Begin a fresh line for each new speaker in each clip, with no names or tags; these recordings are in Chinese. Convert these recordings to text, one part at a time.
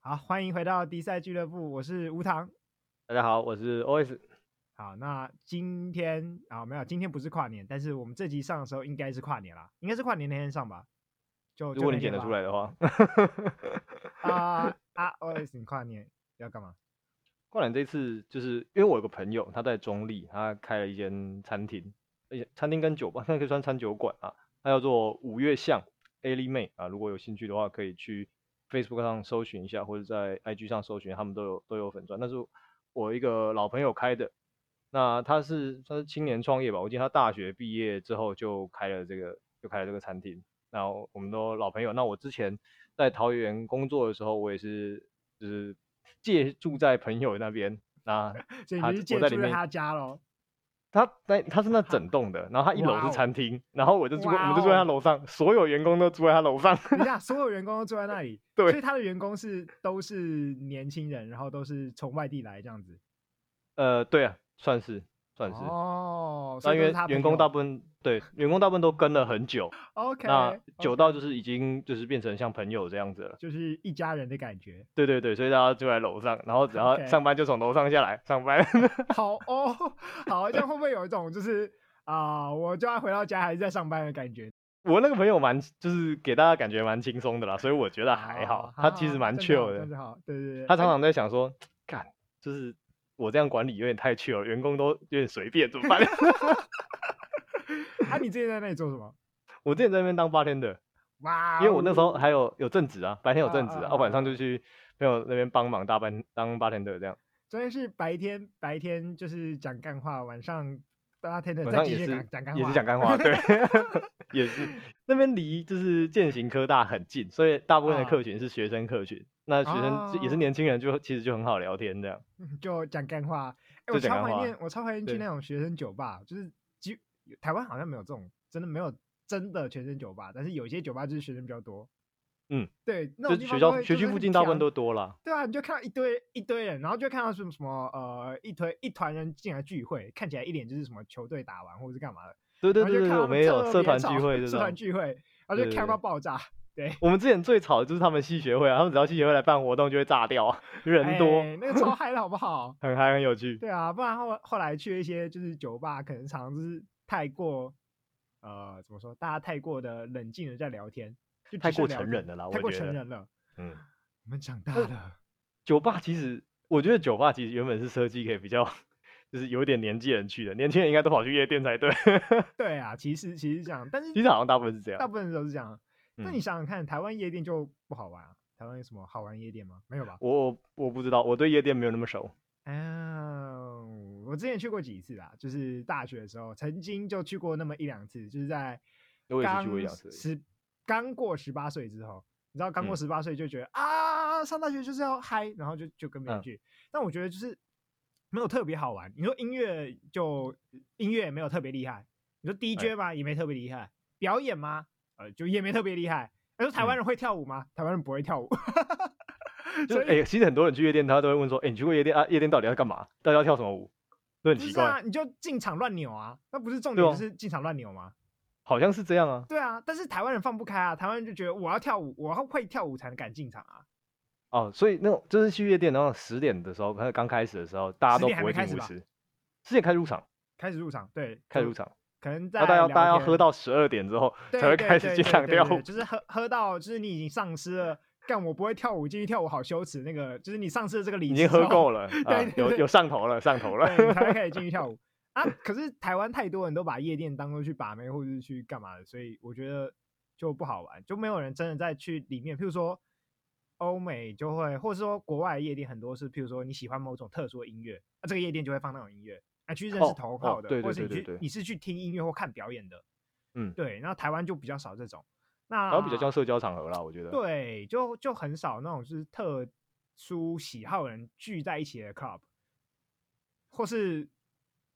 好，欢迎回到迪赛俱乐部，我是吴糖。
大家好，我是 OS。
好，那今天啊、没有，今天不是跨年，但是我们这集上的时候应该是跨年啦，应该是跨年那天上吧？就
如果你剪得出来的话，
啊啊，OS，你跨年要干嘛？
冠然这次就是因为我有个朋友，他在中立，他开了一间餐厅，而且餐厅跟酒吧，那可以算餐酒馆啊，它叫做五月巷 A 丽妹啊。如果有兴趣的话，可以去 Facebook 上搜寻一下，或者在 IG 上搜寻，他们都有都有粉钻。那是我一个老朋友开的，那他是他是青年创业吧，我记得他大学毕业之后就开了这个就开了这个餐厅。那我我们都老朋友。那我之前在桃园工作的时候，我也是就是借住在朋友那边。那
所以
他
你是
我
借
在
住
里
在
面
他家 喽？
他那他是那整栋的，然后他一楼
哇哦
是餐厅，然后我就住，我
哇
们就住在
哦
他楼上，所有员工都住在他楼上。
等一下，所有员工都坐在那里，
对
所以他的员工是都是年轻人，然后都是从外地来这样子。
呃，对啊，算是算是。
哦，所
那
以
因
都
为
是他
员
朋
工
友
大部分对员工大部分都跟了很久，
OK，
那久
OK，
到就是已经就是变成像朋友这样子了。
就是一家人的感觉。
对对对，所以大家住在楼上，然后只要
OK
上班就从楼上下来上班。
好哦，好，这样会不会有一种就是啊、我就要回到家还是在上班的感觉？
我那个朋友蛮，就是给大家感觉蛮轻松的啦，所以我觉得啊还好
哦。
他其实蛮 chill
真
的，
的好，对对对。
他常
哎
常在想说，干，就是我这样管理有点太 chill，了员工都有点随便，怎么 办？
啊，你之前在那里做什么？
我之前在那边当八天的，
哇哦，
因为我那时候还有有正职啊，白天有
啊
正职
啊
啊，
啊
我晚上
啊
就去朋友那边帮忙大班当八天的这样。
昨天是白天，白天就是讲干话，晚上大天的
晚
再
上
继
也
续
是
讲讲干话，
也是讲干话，对， 也是那边离就是践行科大很近，所以大部分的
啊
客群是学生客群，那学生就也
啊
是年轻人就，其实就很好聊天这样。
就讲干话。哎、
就
我
讲
超
干
怀
话
念，我超怀念去
对
那种学生酒吧，就是几台湾好像没有这种，真的没有真的学生酒吧，但是有些酒吧就是学生比较多。
嗯，
对，那种地
就是学
方都
校
会
学
就是
区附
很
近大部分
强
都多啦。
对啊，你就看到一堆一堆人，然后就看到什么什么呃一堆一团人进来聚会，看起来一脸就是什么球队打完或者是干嘛的，
对对
然后
对
就
对，
看到
我
他们
们也有
特
社
别
团
吵
聚会这
社团
种。
聚会，然后就
对对
看到
对
爆炸，对，
我们之前最吵的就是他们系学会啊，他们只要系学会来办活动就会炸掉啊，人多，
哎那个 超嗨的好不好？
很嗨很有趣。
对啊，不然后后来去一些就是酒吧，可能常常就是太过呃怎么说，大家太过的冷静的在聊天，就只
太
是
过
聊
成
天
人了啦
太
我
过
觉
成
得
人了，
嗯，
我们长大了，
酒吧其实我觉得酒吧其实原本是设计给比较就是有点年纪人去的，年轻人应该都跑去夜店才对。
对啊，其实其实这样，但是
其实好像大部分是这
大
样。
部分人都是这样。那
嗯
你想想看，台湾夜店就不好玩啊？台湾有什么好玩夜店吗？没有吧？
我我不知道，我对夜店没有那 么熟。
嗯，我之前去过几次啦，就是大学的时候，曾经就去过那么一两次，就是在
我也是
刚
去过一两次而已
十刚过十八岁之后，你知道刚过
嗯
十八岁就觉得、啊，上大学就是要嗨，然后就就跟别人
嗯
去。但我觉得就是没有特别好玩。你说音乐就音乐也没有特别厉害，你说
嗯
DJ 嘛、也没特别厉害，表演吗？呃，就也没特别厉害。你说台
嗯
湾人会跳舞吗？台湾人不会跳舞。
就是哎、其实很多人去夜店，他都会问说，哎、你去过夜店啊？夜店到底要干嘛？到底要跳什么舞？都很
不
奇
是
怪，
啊，你就进场乱扭啊，那不是重
对
点，
哦
就是进场乱扭吗？
好像是这样啊。
对啊，但是台湾人放不开啊，台湾人就觉得我要跳舞，我要会跳舞才能敢进场啊。
哦，所以那种就是去夜店，然后十点的时候，刚刚开始的时候，大家
10
都
点还
不会
没开
进
始
舞
吧
池，十点开始入场，
开始入场，对，
开始
就
入场，啊
可能在
然后大家要
聊
大家要
天
喝到十二点之后
对
才会
对
开始
对
进
对
场
对
跳
对
舞。
就是喝喝到就是你已经丧失了，干我不会跳舞，进去跳舞好羞耻，那个就是你丧失了这个理
已
智，
经喝够
了，
了，啊
对对，
有
对
有上头了，上头了。
对，你才会开始进去跳舞啊。可是台湾太多人都把夜店当做去把妹或者是去干嘛的，所以我觉得就不好玩，就没有人真的在去里面，譬如说。欧美就会，或者说国外的夜店很多是，譬如说你喜欢某种特殊的音乐，那、这个夜店就会放那种音乐，啊，去认识
哦
同
哦
好的，
对对
或者是你
对
去
对对
你是去听音乐或看表演的，
嗯
对。那台湾就比较少这种，那
然后比较像社交场合啦，我觉得。
对，就就很少那种就是特殊喜好的人聚在一起的 club，或是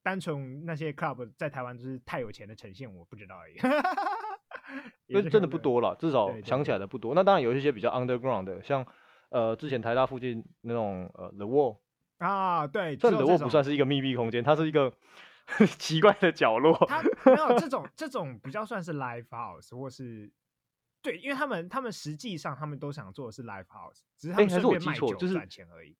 单纯那些 club 在台湾就是太有钱的呈现，我不知道而已。 也
因
是
为
很
真的
有可
不
能。
多了，至
对
少
对
想起
对
来的不多。那当然有一些比较 underground 的，像呃之前台大附近那种呃 The Wall，
啊， 对，
虽
只
然
有
The
这
Wall 不
种
算是一个密闭空间，它是一个 奇怪的角落。
他没有这种这种比较算是 live house 或是对，因为他们他们实际上他们都想做的是 live house，只是他
哎，
们
还
顺
是我
便
记
卖
错
酒，
就是
赚钱而已。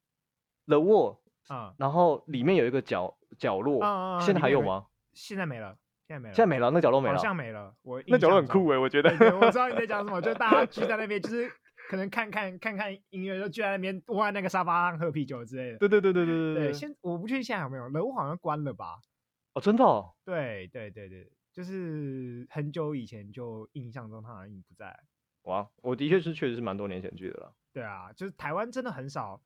The Wall，
啊、
然后里面有一个角角落，
啊啊
现在
里
还
面
有
有一
吗？
现在没了，现在没了，
现在没了，那角落没
好
了，
像没了。我
那
印
角落
象
很酷
中
哎、我觉得
对。对，我知道你在讲什么，就大家聚在那边，就是可能看看看看音乐，就聚在那边窝在那个沙发上喝啤酒之类的。
对对对对对
对，
对，
现我不确定现在有没有，人物好像关了吧？
哦，真的、哦，
对对对对，就是很久以前就印象中他好像已经不在了。
哇，哦我的确是确实是蛮多年前去的了。
对啊，就是台湾真的很少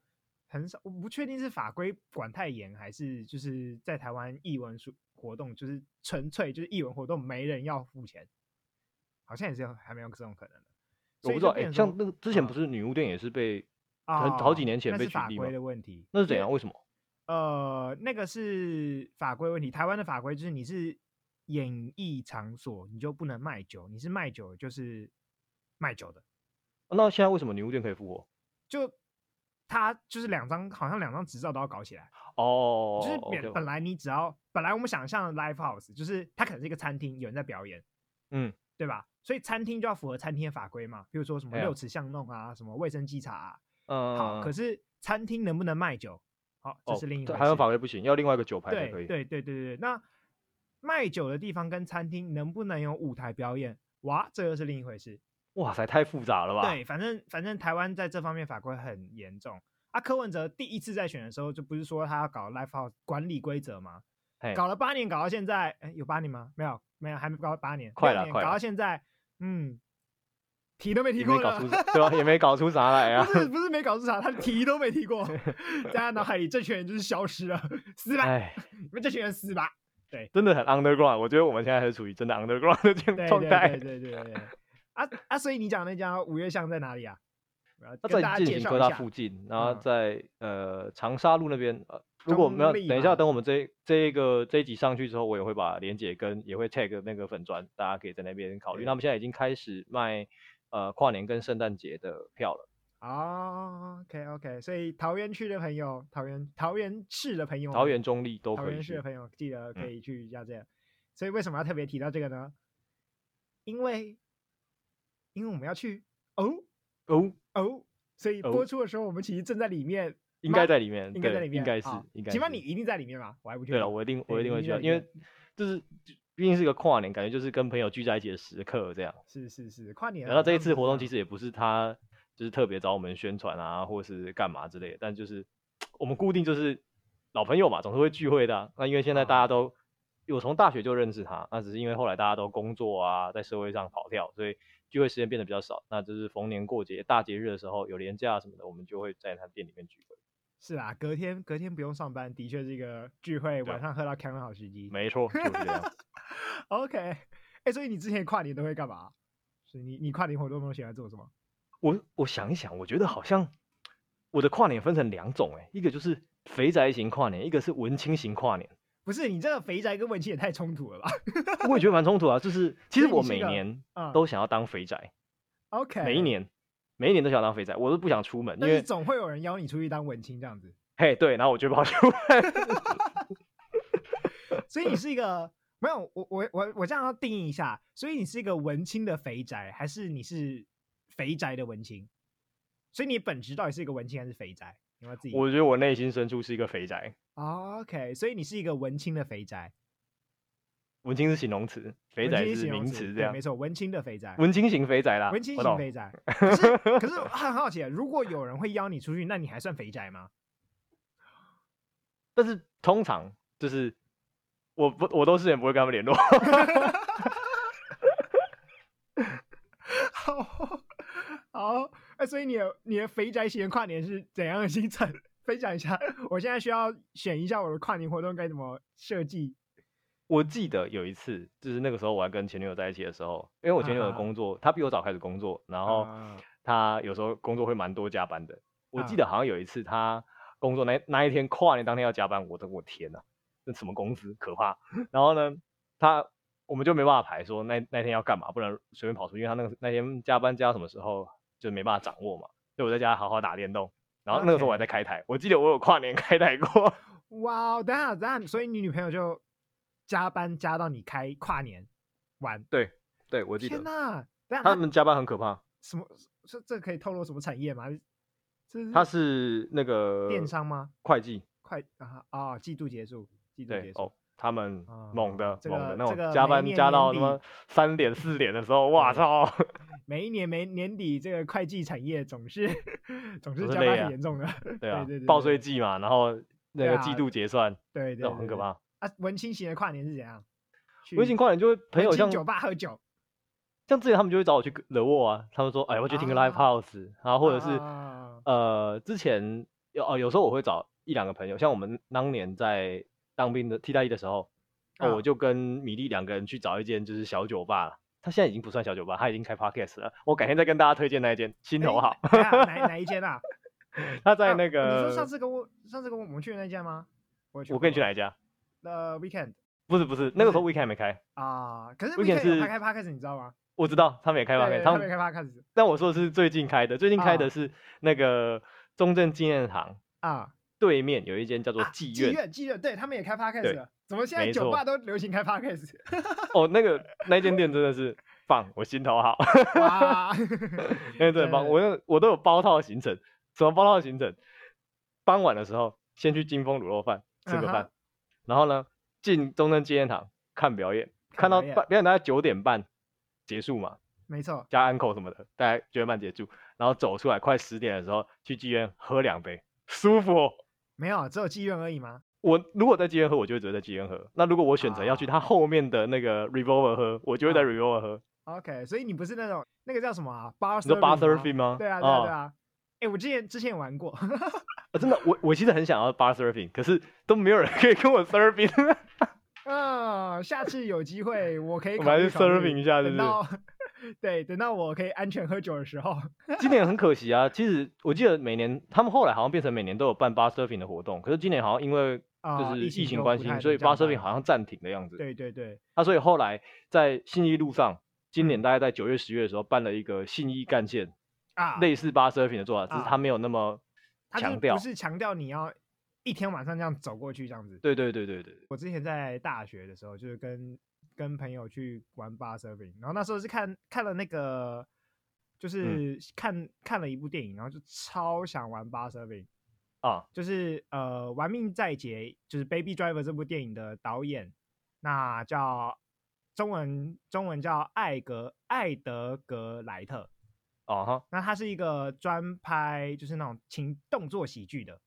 很少，我不确定是法规管太严，还是就是在台湾艺文书活动就是纯粹就是艺文活动没人要付钱，好像也是有还没有这种可能的。
我
所
不
以
知道，
就
哎、
变成
像
说
那个之前
嗯
不是女巫店也是被，
啊、
好几年前
那
被
是
取
法
缔
规
吗
的问题，
那是怎
因为
样？？为什么？
呃，那个是法规问题。台湾的法规就是你是演艺场所，你就不能卖酒；你是卖酒，就是卖酒的。
哦那现在为什么女巫店可以复活？
就他就是两张，好像两张执照都要搞起来。
哦，
就是
OK，
本本来你只要本来我们想象的 live house 就是它可能是一个餐厅，有人在表演，
嗯，
对吧？所以餐厅就要符合餐厅的法规嘛，比如说什么
哎呀
六尺巷弄啊，什么卫生稽查啊。
嗯，
好，可是餐厅能不能卖酒？好，这
哦
是另一回
对
事。
台湾法规不行，要另外一个酒牌才
对
可以。
对对对对对，那卖酒的地方跟餐厅能不能有舞台表演？哇，这又是另一回事。
哇塞，太复杂了吧？
对，反正反正台湾在这方面法规很严重。啊，柯文哲第一次在选的时候，就不是说他要搞 live house 管理规则吗？
嘿，
搞了八年，搞到现在，哎，有八年吗？没有，没有，还没搞到八年，
快
六
了
年
快
搞到
了
现在，嗯，提都没提
也
过
没
了
搞出， 啥，对吧？啊也没搞出啥来啊
不。是不是没搞出啥，他提都没提过， 在他脑海里这群人就是消失了， 死吧，
哎，
你们这群人死吧，
真的很 underground，我觉得我们现在还是处于真的 underground 的 这
对对
种状
对
态。
对对对，啊啊，所以你讲那家五月巷在哪里啊？我要
那
跟
在
大家
进
介
行
绍
科
一
大
下
附近，然后
嗯
在呃长沙路那边。呃，如果没有，
中立
等一下，
嘛
等我们这这一个这一集上去之后，我也会把连姐跟也会 tag 那个粉砖，大家可以在那边考虑。
对
他们现在已经开始卖呃跨年跟圣诞节的票了。
哦 OK OK，所以桃园区的朋友，桃园桃园市的朋友们，
桃园中立都
哦桃
可以
园市
去
的。朋友记得可
嗯
以去一下这个。所以为什么要特别提到这个呢？因为因为我们要去哦
哦，
哦，所以
哦
播出的时候我们其实正在里面，
应
吗
该在里面，
应该
对
在里面，
应该是
好，
应该
起码
是
你一定在里面吧？我还不确定。
对了，我一定我
对
一定会
一定
去
在
到，
里
因为
面
就是毕竟是个跨年，感觉就是跟朋友聚在一起的时刻这样。
是是是，跨年
然后这一次活动其
实
实也不是他就是特别找我们宣传啊，或是干嘛之类的，但就是我们固定就是老朋友嘛，总是会聚会的啊、那因为现在大
啊
家都，我从大学就认识他，那只是因为后来大家都工作啊，在社会上跑跳，所以聚会时间变得比较少。那就是逢年过节、大节日的时候，有年假什么的，我们就会在他店里面聚会。
是啊，隔天隔天不用上班，的确是一个聚会，
对啊
晚上喝到康的好时机。
没错，就是这样。
OK，哎、 所以你之前跨年都会干嘛？啊是你你跨年活动都喜欢做什么？
我我想一想，我觉得好像我的跨年分成两种、欸，一个就是肥宅型跨年，一个是文青型跨年。
不是你这个肥宅跟文青也太冲突了吧？
我也觉得蛮冲突啊， 就是其
所以
实
你
我
是一
每
个
年
啊、
都想要当肥宅，
OK，
每一，年每一年都想当肥宅，我都不想出门，因
但是
为
总会有人邀你出去当文青这样子，
嘿对，然后我就跑出门。
所以你是一个没有我我我我这样要定义一下，所以你是一个文青的肥宅，还是你是肥宅的文青？所以你本质到底是一个文青还是肥宅？你要不要自己
我觉得我内心深处是一个肥宅，
哦 OK，所以你是一个文青的肥宅，
文青是形容词，肥宅
文青
是
形容
名
词
词，这
对
样
没。错，文青的肥宅，
文青型肥宅啦，
文青
我
型
懂
肥宅。 可是可是我很好奇，如果有人会邀你出去，那你还算肥宅吗？
但是通常就是我不我都是也不会跟他们联络。
好，好，哎，所以你的你的肥宅型跨年是怎样的行程？分享一下，我现在需要选一下我的跨年活动该怎么设计。
我记得有一次，就是那个时候我还跟前女友在一起的时候，因为我前女友的
啊哈
工作，她比我早开始工作，然后
啊
她有时候工作会蛮多加班的。我记
啊
得好像有一次她工作那那一天跨年当天要加班，我的我天呐、那什么公司可怕！然后呢，她我们就没办法排说那那天要干嘛，不能随便跑出去，因为她那个那天加班加到什么时候就没办法掌握嘛。所以我在家好好打电动，然后那个时候我还在开台，我记得我有跨年开台过。
哇哦，等一下等一下，所以你女朋友就加班加到你开跨年玩？
对，我
天哪，但
他们加班很可怕。
什么？这这可以透露什么产业吗？这是
他是那
嗯
个
电商吗？
会计，
快啊啊！季度结束，季度
对
结束
哦，，他们
啊
猛的
这
猛
个
的那
这个
种，加
每
班
年
加
年
到
底
什么 三点四点的 时候，哇
对
操！
每一年每年底这个会计产业总是总是
总是
加
累
班
啊
很严重的，
对啊
对对，
报
对
税季嘛，然后那
对
个
啊
季度结算，
对对
那种很
对
可
对
怕。
啊！文青型的跨年是怎样？
微信
去
跨年就会朋
文
友
青
像
酒吧喝酒，
像之前他们就会找我去惹我啊，他们说哎，我去听个
啊
live house，然后或者是
啊
呃之前有哦有时候我会找一两个朋友，像我们当年在当兵的替代役的时候，哦
啊
我就跟米粒两个人去找一间就是小酒吧了。他现在已经不算小酒吧，他已经开 podcast 了。我改天再跟大家推荐那一间，心头好。
哎哪哪哪一间啊？
他啊 在
啊
那
你
个
说，上次跟我上次跟我们去的那家吗？我
我跟你去哪
来
一家？
呃，weekend
不是不是，那个时候
是
weekend 还没开，
啊，可是
Weekend
weekend 有
是
开开 podcast 你知道吗？
我知道他们也开
对
podcast，他
他
们
们开 podcast
但我说的是最近开的，最近开
啊
的是那个中正纪念堂
啊，
对面有一间叫做
啊
妓
妓
院、
院，妓院，对他们也开 podcast
对
了。怎么现在
没
酒
错
吧都流行开 podcast？
哦，那个那间店真 的是棒，我心头好，
哇，
那间真的棒，
对
我有我都有包套行程，什么包套行程？傍晚的时候先去金峰卤肉饭吃个
嗯哼
饭，然后呢进中正纪念堂看表演，
看
看到
表演
半表演大概九点半结束嘛，
没错，
加安口什么的，大概九点半结束，然后走出来快十点的时候去妓院喝两杯，舒服、哦。
没有，只有妓院而已吗？
我如果在基恩喝，我就会只会在基恩喝。那如果我选择要去
啊
他后面的那个 Revolver 喝，我就会在
啊
Revolver 喝。
OK，所以你不是那种那个叫什么啊？Bar
你说 Bar
surfing 吗
Surfing 吗？哦
对啊，对啊，对啊。哎，我之前之前也玩过，
啊真的，我我其实很想要 Bar Surfing，可是都没有人可以跟我 Surfing。
嗯，下次有机会我可以
我
考
们还
虑
是
考虑
surfing 一下是
等
不是
到 对，等到我可以安全喝酒的时候，
今年很可惜啊，其实我记得每年他们后来好像变成每年都有办 Bar Surfing 的活动，可是今年好像因为
啊
就是
疫情
疫情
就
关
不
系，
太
所以
能这样
Bar Surfing
办
好像暂停的样子。
对对对，
啊，所以后来在信义路上，今
嗯
年大概在九月、十月的时候办了一个信义干线，
啊，
类似 Bar Surfing 的做法，只
啊
是它没有那么
他就是
强
不
调。
是强调你要一天晚上这样走过去这样子。
对对对对对。
我之前在大学的时候，就是跟跟朋友去玩 bar surfing，然后那时候是看看了那个，就是看、看了一部电影，然后就超想玩 bar surfing，
啊，
就是呃《玩命在劫》就是《Baby Driver》这部电影的导演，那叫中文中文叫艾格艾德格莱特，
哦哈，
那他是一个专拍就是那种情动作喜剧的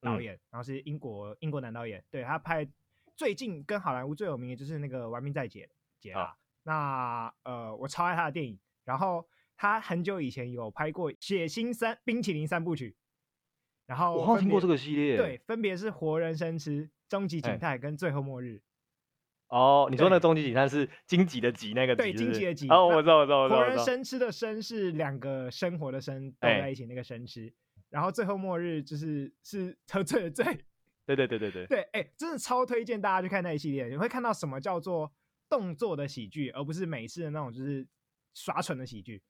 导
嗯
演，然后是英国英国男导演，对他拍最近跟好莱坞最有名的就是那个《玩命在劫》劫
啊
啦。那呃，我超爱他的电影，然后他很久以前有拍过《血腥三冰淇淋三部曲》，然后
我好像
哦分
听过这
别
个系列。
对，，分别是《活人生吃》《终极警
哎
探》跟《最后末日》。
哦，你说那
对
个终极警探是荆棘的棘那个
对
棘是
荆
不
棘的
是
棘
哦，
那
我知道，我知道，我知道，
活
我
人
知道。
生吃的生是两个生活的生斗
哎
在一起那个生吃，然后最后末日就是是 喝醉的醉。
对对对对对，
对，哎、真的超推荐大家去看那一系列，你会看到什么叫做动作的喜剧，而不是美式的那种就是耍蠢的喜剧，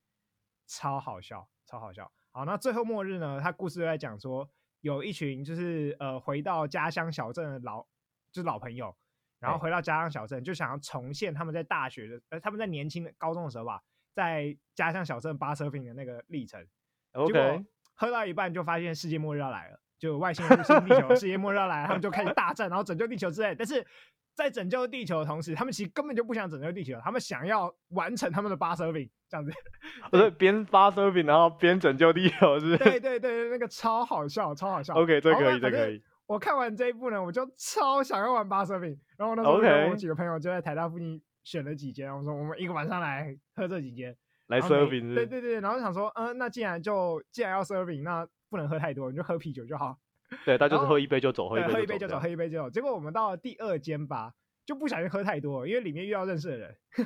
超好笑，超好笑。好，那最后末日呢？他故事就在讲说，有一群就是呃回到家乡小镇的老就是老朋友，然后
哎
回到家乡小镇就想要重现他们在大学的呃他们在年轻的高中的时候吧，在家乡小镇 bar surfing 的那个历程。结果
OK，
喝到一半就发现世界末日要来了，就外星人入侵地球，世界末日要来了，他们就开始大战，然后拯救地球之类。但是在拯救地球的同时，他们其实根本就不想拯救地球，他们想要完成他们的 bar surfing 这样子。
不是边发 surfing 然后边拯救地球，是不
对
是
对对对，那个超好笑，超好笑。
？OK，这
好
可
那
以，这
反
可
正
以。
我看完这一部呢，我就超想要玩 bar surfing，然后那时候我跟
OK
我几个朋友就在台大附近选了几间，我说我们一个晚上来喝这几间，
来
然后每对
surfing 是不是
对对，然后想说，嗯、那既然就既然要 serving，那不能喝太多，你就喝啤酒就好。
对，他就
然
是
后
喝一杯就走，喝
对，喝
一
一杯就
就
走，喝
这样。
一杯就走。结果我们到了第二间吧，就不小心喝太多，因为里面遇到认识的 人。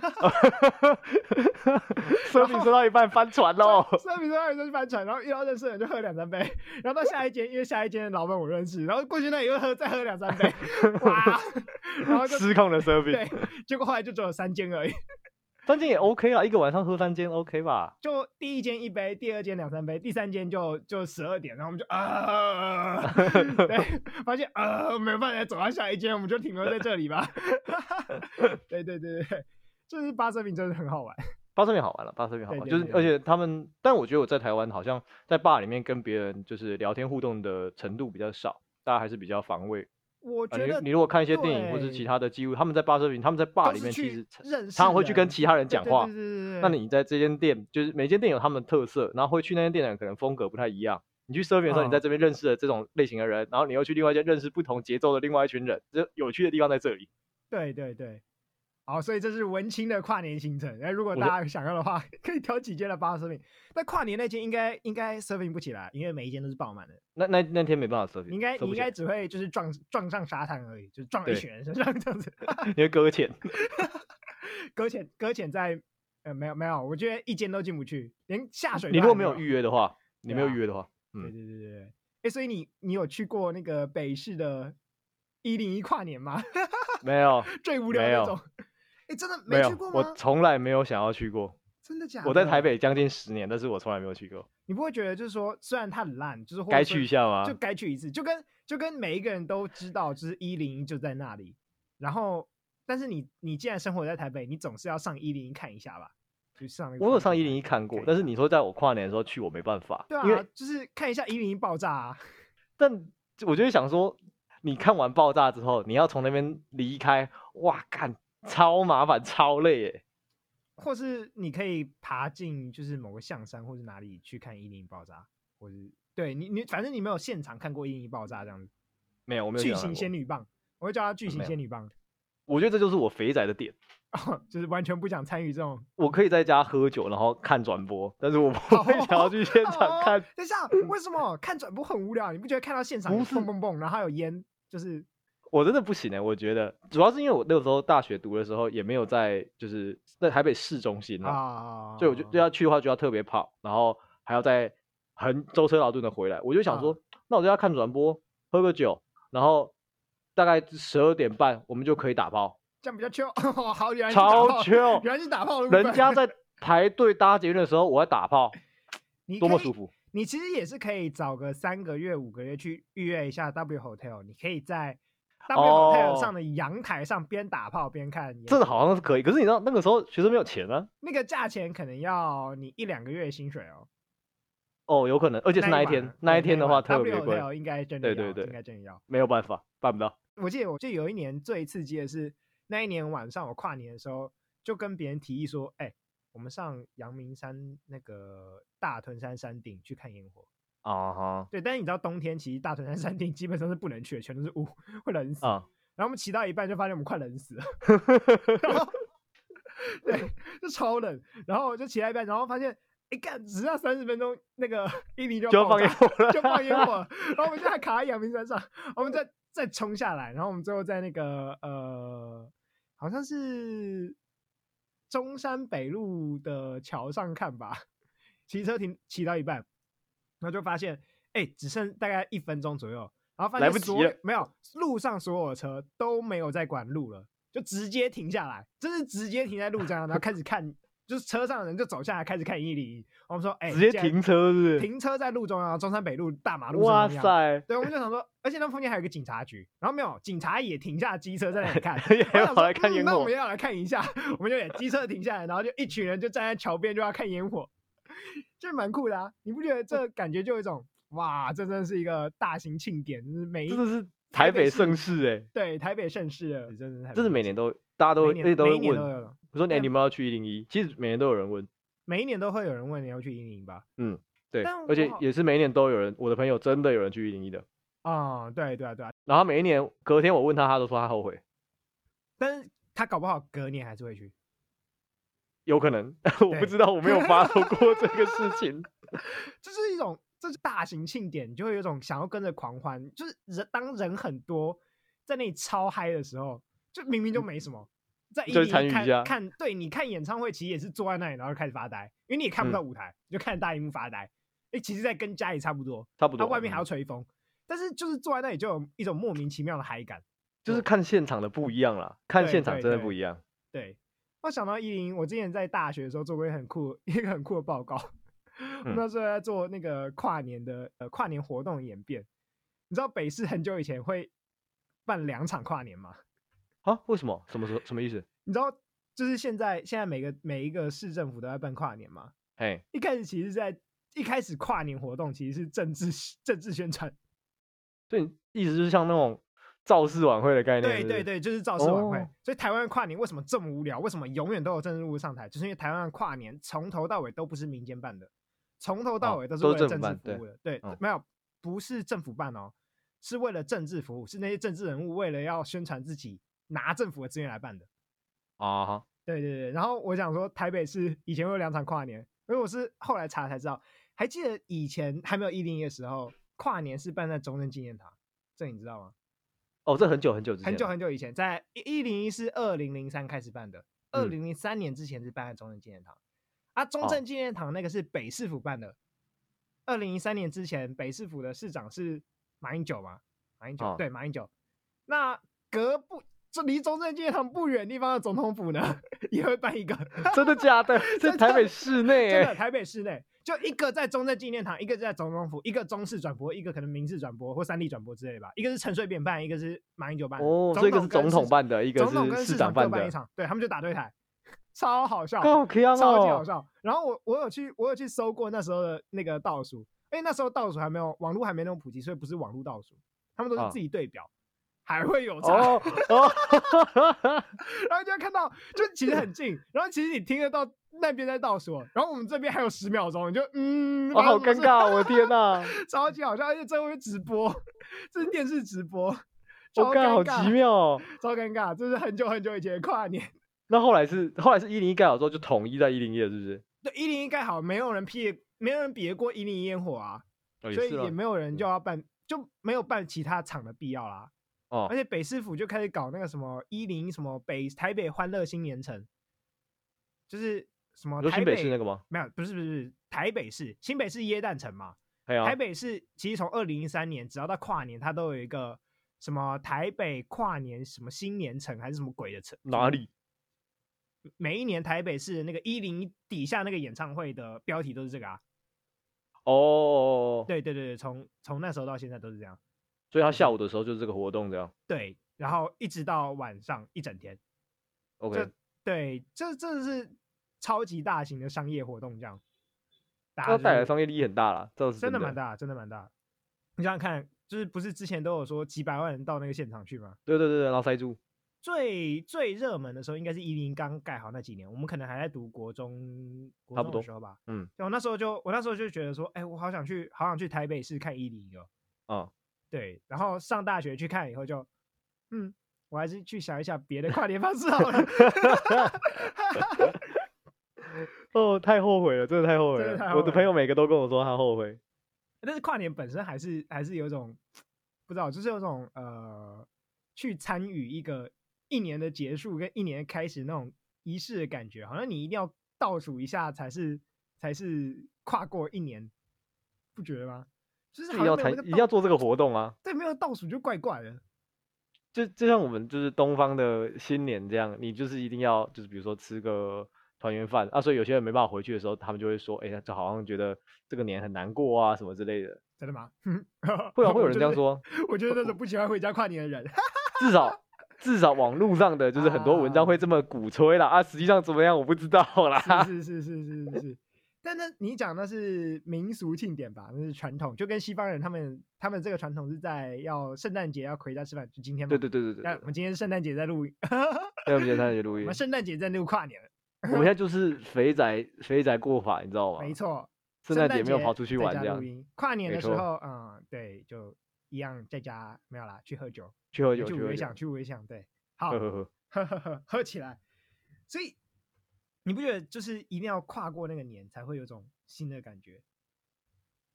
surfing 说到一半翻船喽。
所以比说就哎去帆船，然后遇到认识的人就喝两三杯， 然后到下一间，因为下一间的老板我认识，然后过去那里又喝再喝两三 杯，哇，然后就
失控的 surfing，
对，结果后来就只有三间而已，
三间也 OK 啊啦，一个晚上喝三间 OK 吧？
就第一间一杯，第二间两三杯，第三间就就十二点，然后我们就啊， 对，发现呃没有办法走到下一间，我们就 停留在这里吧。对对对对，就是巴色饼真的很好玩。
巴士面好玩了，巴士面好
对
玩，
对
就是
对
而且他们，但我觉得我在台湾好像在坝里面跟别人就是聊天互动的程度比较少，大家还是比较防卫。
我
啊、
觉得
你你如果看一些电影或者
对
其他的记录，他们在巴士面，他们在坝
都
里
是
面其
去
实
认识
常常会去跟
人
其他人
对
讲
对
话
对对对对
那你在这间店，就是每间店有他们的特色，然后会去那间店的人可能风格不太一样。你去 serving 的时候，你在
嗯
这边认识了这种类型的人，然后你又去另外一间认识不同节奏的另外一群人，这有趣的地方在这里。
对对对，好，所以这是文青的跨年行程。哎，如果
我
大家想要的话， 可以挑几间来八 serving。但跨年那间应该应该 serving 不起来，因为每一间都是爆满的。
那那那天没办法 serving，
你应该
serve
你
不
应
起来
该只会就是撞撞上沙滩而已，就是撞到一
对
群人身上 这样子。
你会搁浅。
搁浅搁浅在呃没有没有，我觉得一间都进不去，连下水
你
都
如果
还
没有预约的话，你没有
对啊
预约的话，
对
嗯
对对对对。哎，所以你你有去过那个北市的一零一跨年吗？
没有
最无聊的
没
那
有
种。哎，真的
没
没
有
去过，
我
吗？啊
从来没有想要去过。
真的假的？
我在台北将近十年，但是我从来没有去过，
你不会觉得就是说，虽然它很烂，就是或者
该
说
去一下吗？
就该去一次，就跟就跟每一个人都知道，就是一零一就在那里。然后，但是你你既然生活在台北，你总是要上一零一看一下吧？就上那个
我有
风景
上一
看
零一看过
看，一
但是
下
你说在我跨年的时候去，我没办法，因
对
为
啊，就是看一下一零一爆炸啊。
但我就会想说，你看完爆炸之后，你要从那边离开，哇，干，超麻烦，超累耶。
或是你可以爬进就是某个象山或是哪里去看一零一爆炸，或是对你你反正你没有现场看过一零一爆炸这样子。
没有，我没有
巨
想
型
过啊
仙女棒，我会叫它巨型
没有
仙女棒，
我觉得这就是我肥宅的点。
哦， 就是完全不想参与这种
我可以在家喝酒，然后看转播，但是我不会想要去现场看嗯
哦。等一下，为什么看转播很无聊？你不觉得看到现场
不
有
是
蹦蹦蹦，然后还有烟，就是
我真的不行哎、我觉得主要是因为我那个时候大学读的时候也没有在，就是在台北市中心啊，
啊？
所以我就就要去的话就要特别跑，然后还要再很舟车劳顿的回来。我就想
啊
说，那我在家看转播，喝个酒，然后大概十二点半我们就可以打炮，
这样比较 chill。哦 好，原来是打
超
炮
chill
原来是打炮的部
人
分嗯
家在排队搭捷运的时候，我在打炮，
你
多么
可以
舒。服。
你其实也是可以找个三个月、五个月去预约一下 W Hotel，你可以在 W
哦
Hotel 上的阳台上边打炮边看烟。
这个好像是可以，可是你知道那个时候学生没有钱啊，
那个价钱可能要你一两个月的薪水哦。
哦，有可能，而且是那一
晚
天
啊，
那一
对
天的
晚
话特别
W
贵，
Hotel 应该真的要，
对对对
应该真的要。
没有办法，办不到。
我记得我记得有一年最刺激的是那一年晚上我跨年的时候，就跟别人提议说，哎、我们上阳明山那个大屯山山顶去看烟火。
啊哈，
对，但是你知道冬天其实大屯山山顶基本上是不能去的，全都是雾，会冷死。
啊，
然后我们骑到一半就发现我们快冷死了，然后对，就超冷。然后我就骑到一半，然后发现，哎、干，只剩下三十分钟，那个 一零就
就
要
要
爆炸
放烟火了，
就放烟火， 然后我们就还卡在阳明山上，我们再再冲下来，然后我们最后在那个呃，好像是中山北路的桥上看吧，骑车停骑到一半，然后就发现哎、只剩大概一分钟左右，然后发现
来不及
所有
了
没有路上所有的车都没有在管路了，就直接停下来，真是直接停在路上，然后开始看。就是车上的人就走下来开始看一零一，我们说，哎、
直接
既然
停车是不是？
停车在路中央，中山北路大马路上
哇
那样！
塞，，
对，我们就想说，而且那附近还有一个警察局，然后没有警察也停下机车在那里看
也
我想
跑
说
来看
嗯
烟
那我
火
们也要来看一下，我们就也机车停下来，然后就一群人就站在桥边就要看烟火，这蛮酷的啊！你不觉得这感觉就有一种哇，这真的是一个大型庆典，就是每一
真的是
台
台
北
北
市
盛世哎，
对台北盛世了，真的是
这是每年都大家
都
都会，而且
年
都
每
会
一年都
问，
有，
我说哎
但
你们要去一零一，其实每年都有人问，
每一年都会有人问你要去阴影吧？
对，
但
而且
我好
也是每一年都有人，我的朋友真的有人去一零一的，
啊、对对啊对啊，
然后每一年隔天我问他，他都说他后悔，
但是他搞不好隔年还是会去。
有可能 我不
对
知道，我没有发生过这个 事情，
这是一种，这是大型庆典，你就会有一种想要跟着狂欢。就是人当人很多，在那里超嗨的时候，就明明就没什么，在一
嗯就
零
参与一
看
下
看，对你看演唱会，其实也是坐在那里，然后开始发呆，因为你也看不
嗯
到舞台，你就看着大荧幕发呆。哎，其实，在跟家里差不多，
差不
它
多。
外面还要
嗯
吹风，但是就是坐在那里就有一种莫名其妙的嗨感。
就是看现场的不一样啦，看
对
现场
对
真的
对
不一样。
对，我想到一零，我之前在大学的时候做过一个很酷一个很酷的 报告，我
嗯
们那时候在做那个跨年的呃跨年活动的演变。你知道北市很久以前会办两场跨年吗？
啊？为什么？什么时候？什么意思？
你知道就是现在现在每个每一个市政府都在办跨年嘛，
嘿，
一开始其实在一开始跨年活动其实是政治政治宣传，
所以意思就是像那种造势晚会的概念，
对
是不
对
是，
对，就是造势晚会。
哦
所以台湾的跨年为什么这么无聊？为什么永远都有政治人物上台？就是因为台湾的跨年从头到尾都不是民间办的，从头到
哦
尾都是
都
为
是
了
政
政
府
治
办对
服务的。对，
嗯
没有，不是政府办哦，是为了政治服务，是那些政治人物为了要宣传自己，拿政府的资源来办的。
啊哈，
对对对，然后我想说，台北市以前会有两场跨年，因为我是后来查才知道，还记得以前还没有一零一的时候，跨年是办在中正纪念堂，这你知道吗？
哦，这很久很久之前
很
了，
久很久以前，在一零一是二零零三开始办的，二
嗯
零零三年之前是办在中正纪念堂，啊，中
哦
正纪念堂那个是北市府办的，二零零三年之前北市府的市长是马英九嘛，马英九、
哦
对马英九，那隔不这离中正纪念堂不远的地方的总统府呢 也会办一 个，
真的 假的？在
真
台北
的
市内
真的
欸，
台北市内就一个在中正纪念堂，一个在总统府，一个中式转播，一个可能民事转播或三立转播之类的吧，一个是陈水扁办，一个是马英九办的，
哦，所以一个是
跟
总统
市
办的，一个
总统跟
是市
长
长
各
的
办一，场，对他们就打对台，超好笑，
好强
超级好
哦！
笑。然后我我有去我有去搜过那时候的那个倒数，因为那时候倒数还没有网络还没那么普及，所以不是网络倒数，他们都
啊
是自己对表，还会有差，
哦哦，
然后就会看到就其实很近，然后其实你听得到那边在倒数，哦然后我们这边还有十秒钟，你就嗯，
哦，好
发
尴
生什么事
尬，我的天 哪！
超级好笑，而且这会直播，这是电视直播，
我
超
干，好
尴
奇
尬，
妙哦。
超尴尬，这是很久很久以前的跨年。
那后来是后来是一零一盖好之后就统一在一零一了，是不是？
对，一零一盖好，没有人批，没有人比得过一零一烟火啊，
哦
所以
是啦
也没有人
嗯
就要办，就没有办其他场的必要啦。
哦
而且北师府就开始搞那个什么一零什么北台北欢乐新年城，就是什么
你说
台
新
北
北市那个吗？
没有，不是不是不是台北市，新北市耶诞城嘛，
哎呀
台，北市其实从二零一三年，只要到跨年，它都有一个什么台北跨年什么新年城还是什么鬼的城，嗯
哪里？
每一年台北市的那个一零底下那个演唱会的标题都是这个啊。
哦，，
对对对对，从从那时候到现在都是这样。
所以他下午的时候就是这个活动这样。
对，然后一直到晚上一整天。
OK，
这对，这这是超级大型的商业活动，这样。大
它
家
带来
就是
的商业利益很大啦，这是
真
的
的蛮。大，真的蛮大。你想想看，就是不是之前都有说几百万人到那个现场去吗？
对对对对，然后塞住。
最最热门的时候应该是一零刚盖好那几年，我们可能还在读国中国
差不
中
多
的时候吧。
嗯，
对我那时候就我那时候就觉得说，哎、我好想去，好想去台北市看一零哦。
啊、
对，然后上大学去看以后就，嗯，我还是去想一想别的跨年方式好了。
哦，太后悔了，真的太后悔
真的
了。
太
我
后
的
悔
朋友每个都跟我说他后悔。
但是跨年本身还是还是有一种不知道，就是有一种呃，去参与一个一年的结束跟一年的开始那种仪式的感觉，好像你一定要倒数一下才是才是跨过一年，不觉得吗？就是
自
好像
己要
没有
参，
那个
一定
倒
要做这个活动啊！
对，没有倒数就怪怪的。
就就像我们就是东方的新年这样，你就是一定要就是比如说吃个团圆饭啊，所以有些人没办法回去的时候，他们就会说，哎、呀，就好像觉得这个年很难过啊什么之类的。
真的吗？ 会
会啊，会有人这样。说啊，
我觉得那 种不喜欢回家跨年的人，
至少至少网络上的就是很多文章会这么鼓吹啦啊，实际上怎么样我不知道啦。
是是是是是是是。但那你讲那是民俗庆典吧？那是传统，就跟西方人他们他们这个传统是在要圣诞节要回家吃饭，就今天嘛。
对对对对对
那
对
我，们今天圣诞节在录，
那我们现在也录
我
音
们，圣诞节在录跨年了，
我们现在就是肥宅肥宅过法，你知道吗？
没，错。
圣
诞
诞节没有跑出去
在
玩
家
这
录
样，
音跨年
没
的时
错
候，嗯，对，就一样在家没有啦，去喝酒，
去喝
去
酒去喝
回
酒，
想，去回想， 对，好
呵，呵呵，
呵呵呵，喝起来。所以你不觉得就是一定要跨过那个年才会有种新的感觉？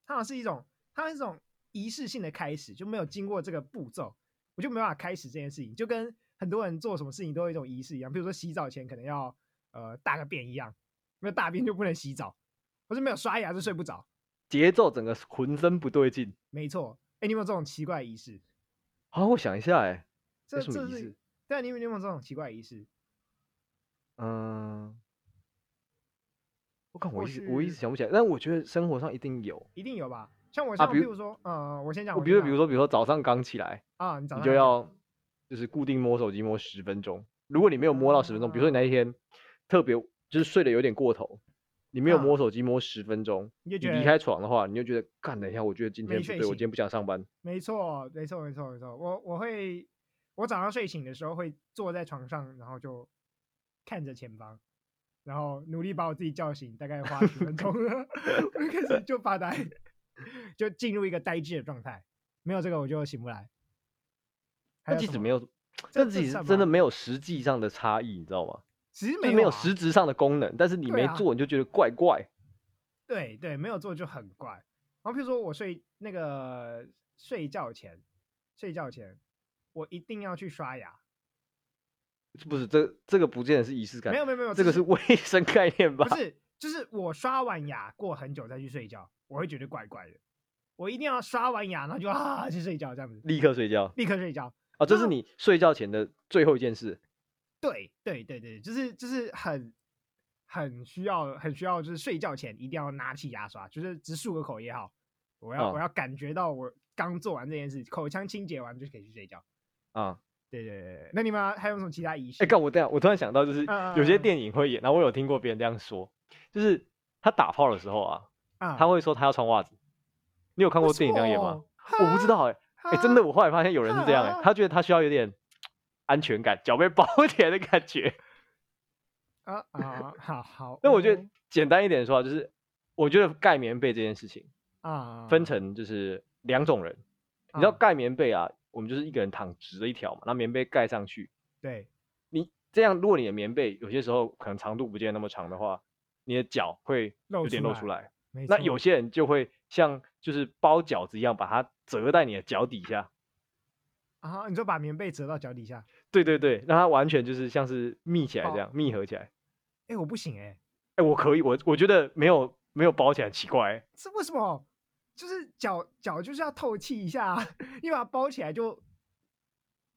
它好像是一种，它是一种仪式性的开始，就没有经过这个步骤，我就没办法开始这件事情。就跟很多人做什么事情都有一种仪式一样，比如说洗澡前可能要呃大个便一样，没有大便就不能洗澡，或是没有刷牙就睡不着。
节奏整个浑身不对劲。
没错，哎，你有没有这种奇怪的仪式？
好，我想一下、哎，
这
什么
这
仪
是
式
对啊，你有你有没有这种奇怪的仪式？
嗯，我看我
或
一直我一直
是
想不起来，但我觉得生活上一定有。
一定有吧？像我
啊
像比
比如
如说，呃，我先讲，
我
我
比
先
如比
讲
如说比如说早上刚起来，
啊，你早
你
上
就
来讲
要就是固定摸手机摸十分钟，如果你没有摸到十分钟，比如
啊
说你那一天特别就是睡得有点过头，你没有
嗯
摸手机摸十分钟，
你就
你
觉得
离开床的话，你就觉得干等一下，我觉得今
没
天不
睡
对，我
醒
今天不想上班。
没错，没错，没错，没错。我我会，我早上睡醒的时候会坐在床上，然后就看着前方，然后努力把我自己叫醒，大概花十分钟，我就开始就发呆， 就进入一个呆滞的状态。没有这个我就醒不来。还
但
有
即
什
使
么
没，有，
这
但
这
即使
算
真的
吗
没有实际上的差异，你知道吗？
其实
就
没
没有
啊
实质上的功能，但是你
对
没
啊
做你就觉得怪怪。
对对，没有做就很怪。然后譬如说我睡那个睡觉前，睡觉前我一定要去刷牙。
不是这这个不见得是仪式感，
没有没有没有，
这个是卫 生概念吧
不？是，就是我刷完牙过很久再去睡觉，我会觉得怪怪的。我一定要刷完牙，然后就啊去睡觉，这样子
立刻睡觉
立刻睡觉。
啊，这
就是
你睡觉前的最后一件事。
对对对对，就是就是很很需要很需要，就是睡觉前一定要拿起牙刷，就是只漱个口也好，我要、
嗯
我要感觉到我刚做完这件事，口腔清洁完就可以去睡觉。
啊，
对对对，对那你们还有什么其他仪式？
哎、干我这样，我突然想到，就是
嗯
有些
嗯嗯
电影会演，然后我有听过别人这样说，就是他打炮的时候啊，
啊哦
他会说他要穿袜子。你有看过电影这样演吗？？我不知道哎、哎、真的，我后来发现有人是这样哎、
啊
他觉得他需要有点安全感，脚被包 起来的感觉。
嗯啊啊，好好。
那我觉得
嗯
简单一点说啊，就是我觉得盖棉被这件事情
啊
分成就是两种人，
嗯
你知道盖棉被啊，我们就是一个人躺直的一条嘛，那棉被盖上去，
对
你这样，如果你的棉被有些时候可能长度不见得那么长的话，你的脚会
露
有点
出
露
来
出来。
没
那
错
有些人就会像就是包饺子一样，把它折在你的脚底下。
啊，你说把棉被折到脚底下？
对对对，让它完全就是像是密起来
哦
这样，密合起来。
哎，我不行哎、
哎，我可以，我我觉得没有没有包起来很奇怪、 欸。
这为什么？就是脚脚就是要透气一下、啊， 你把它包起来就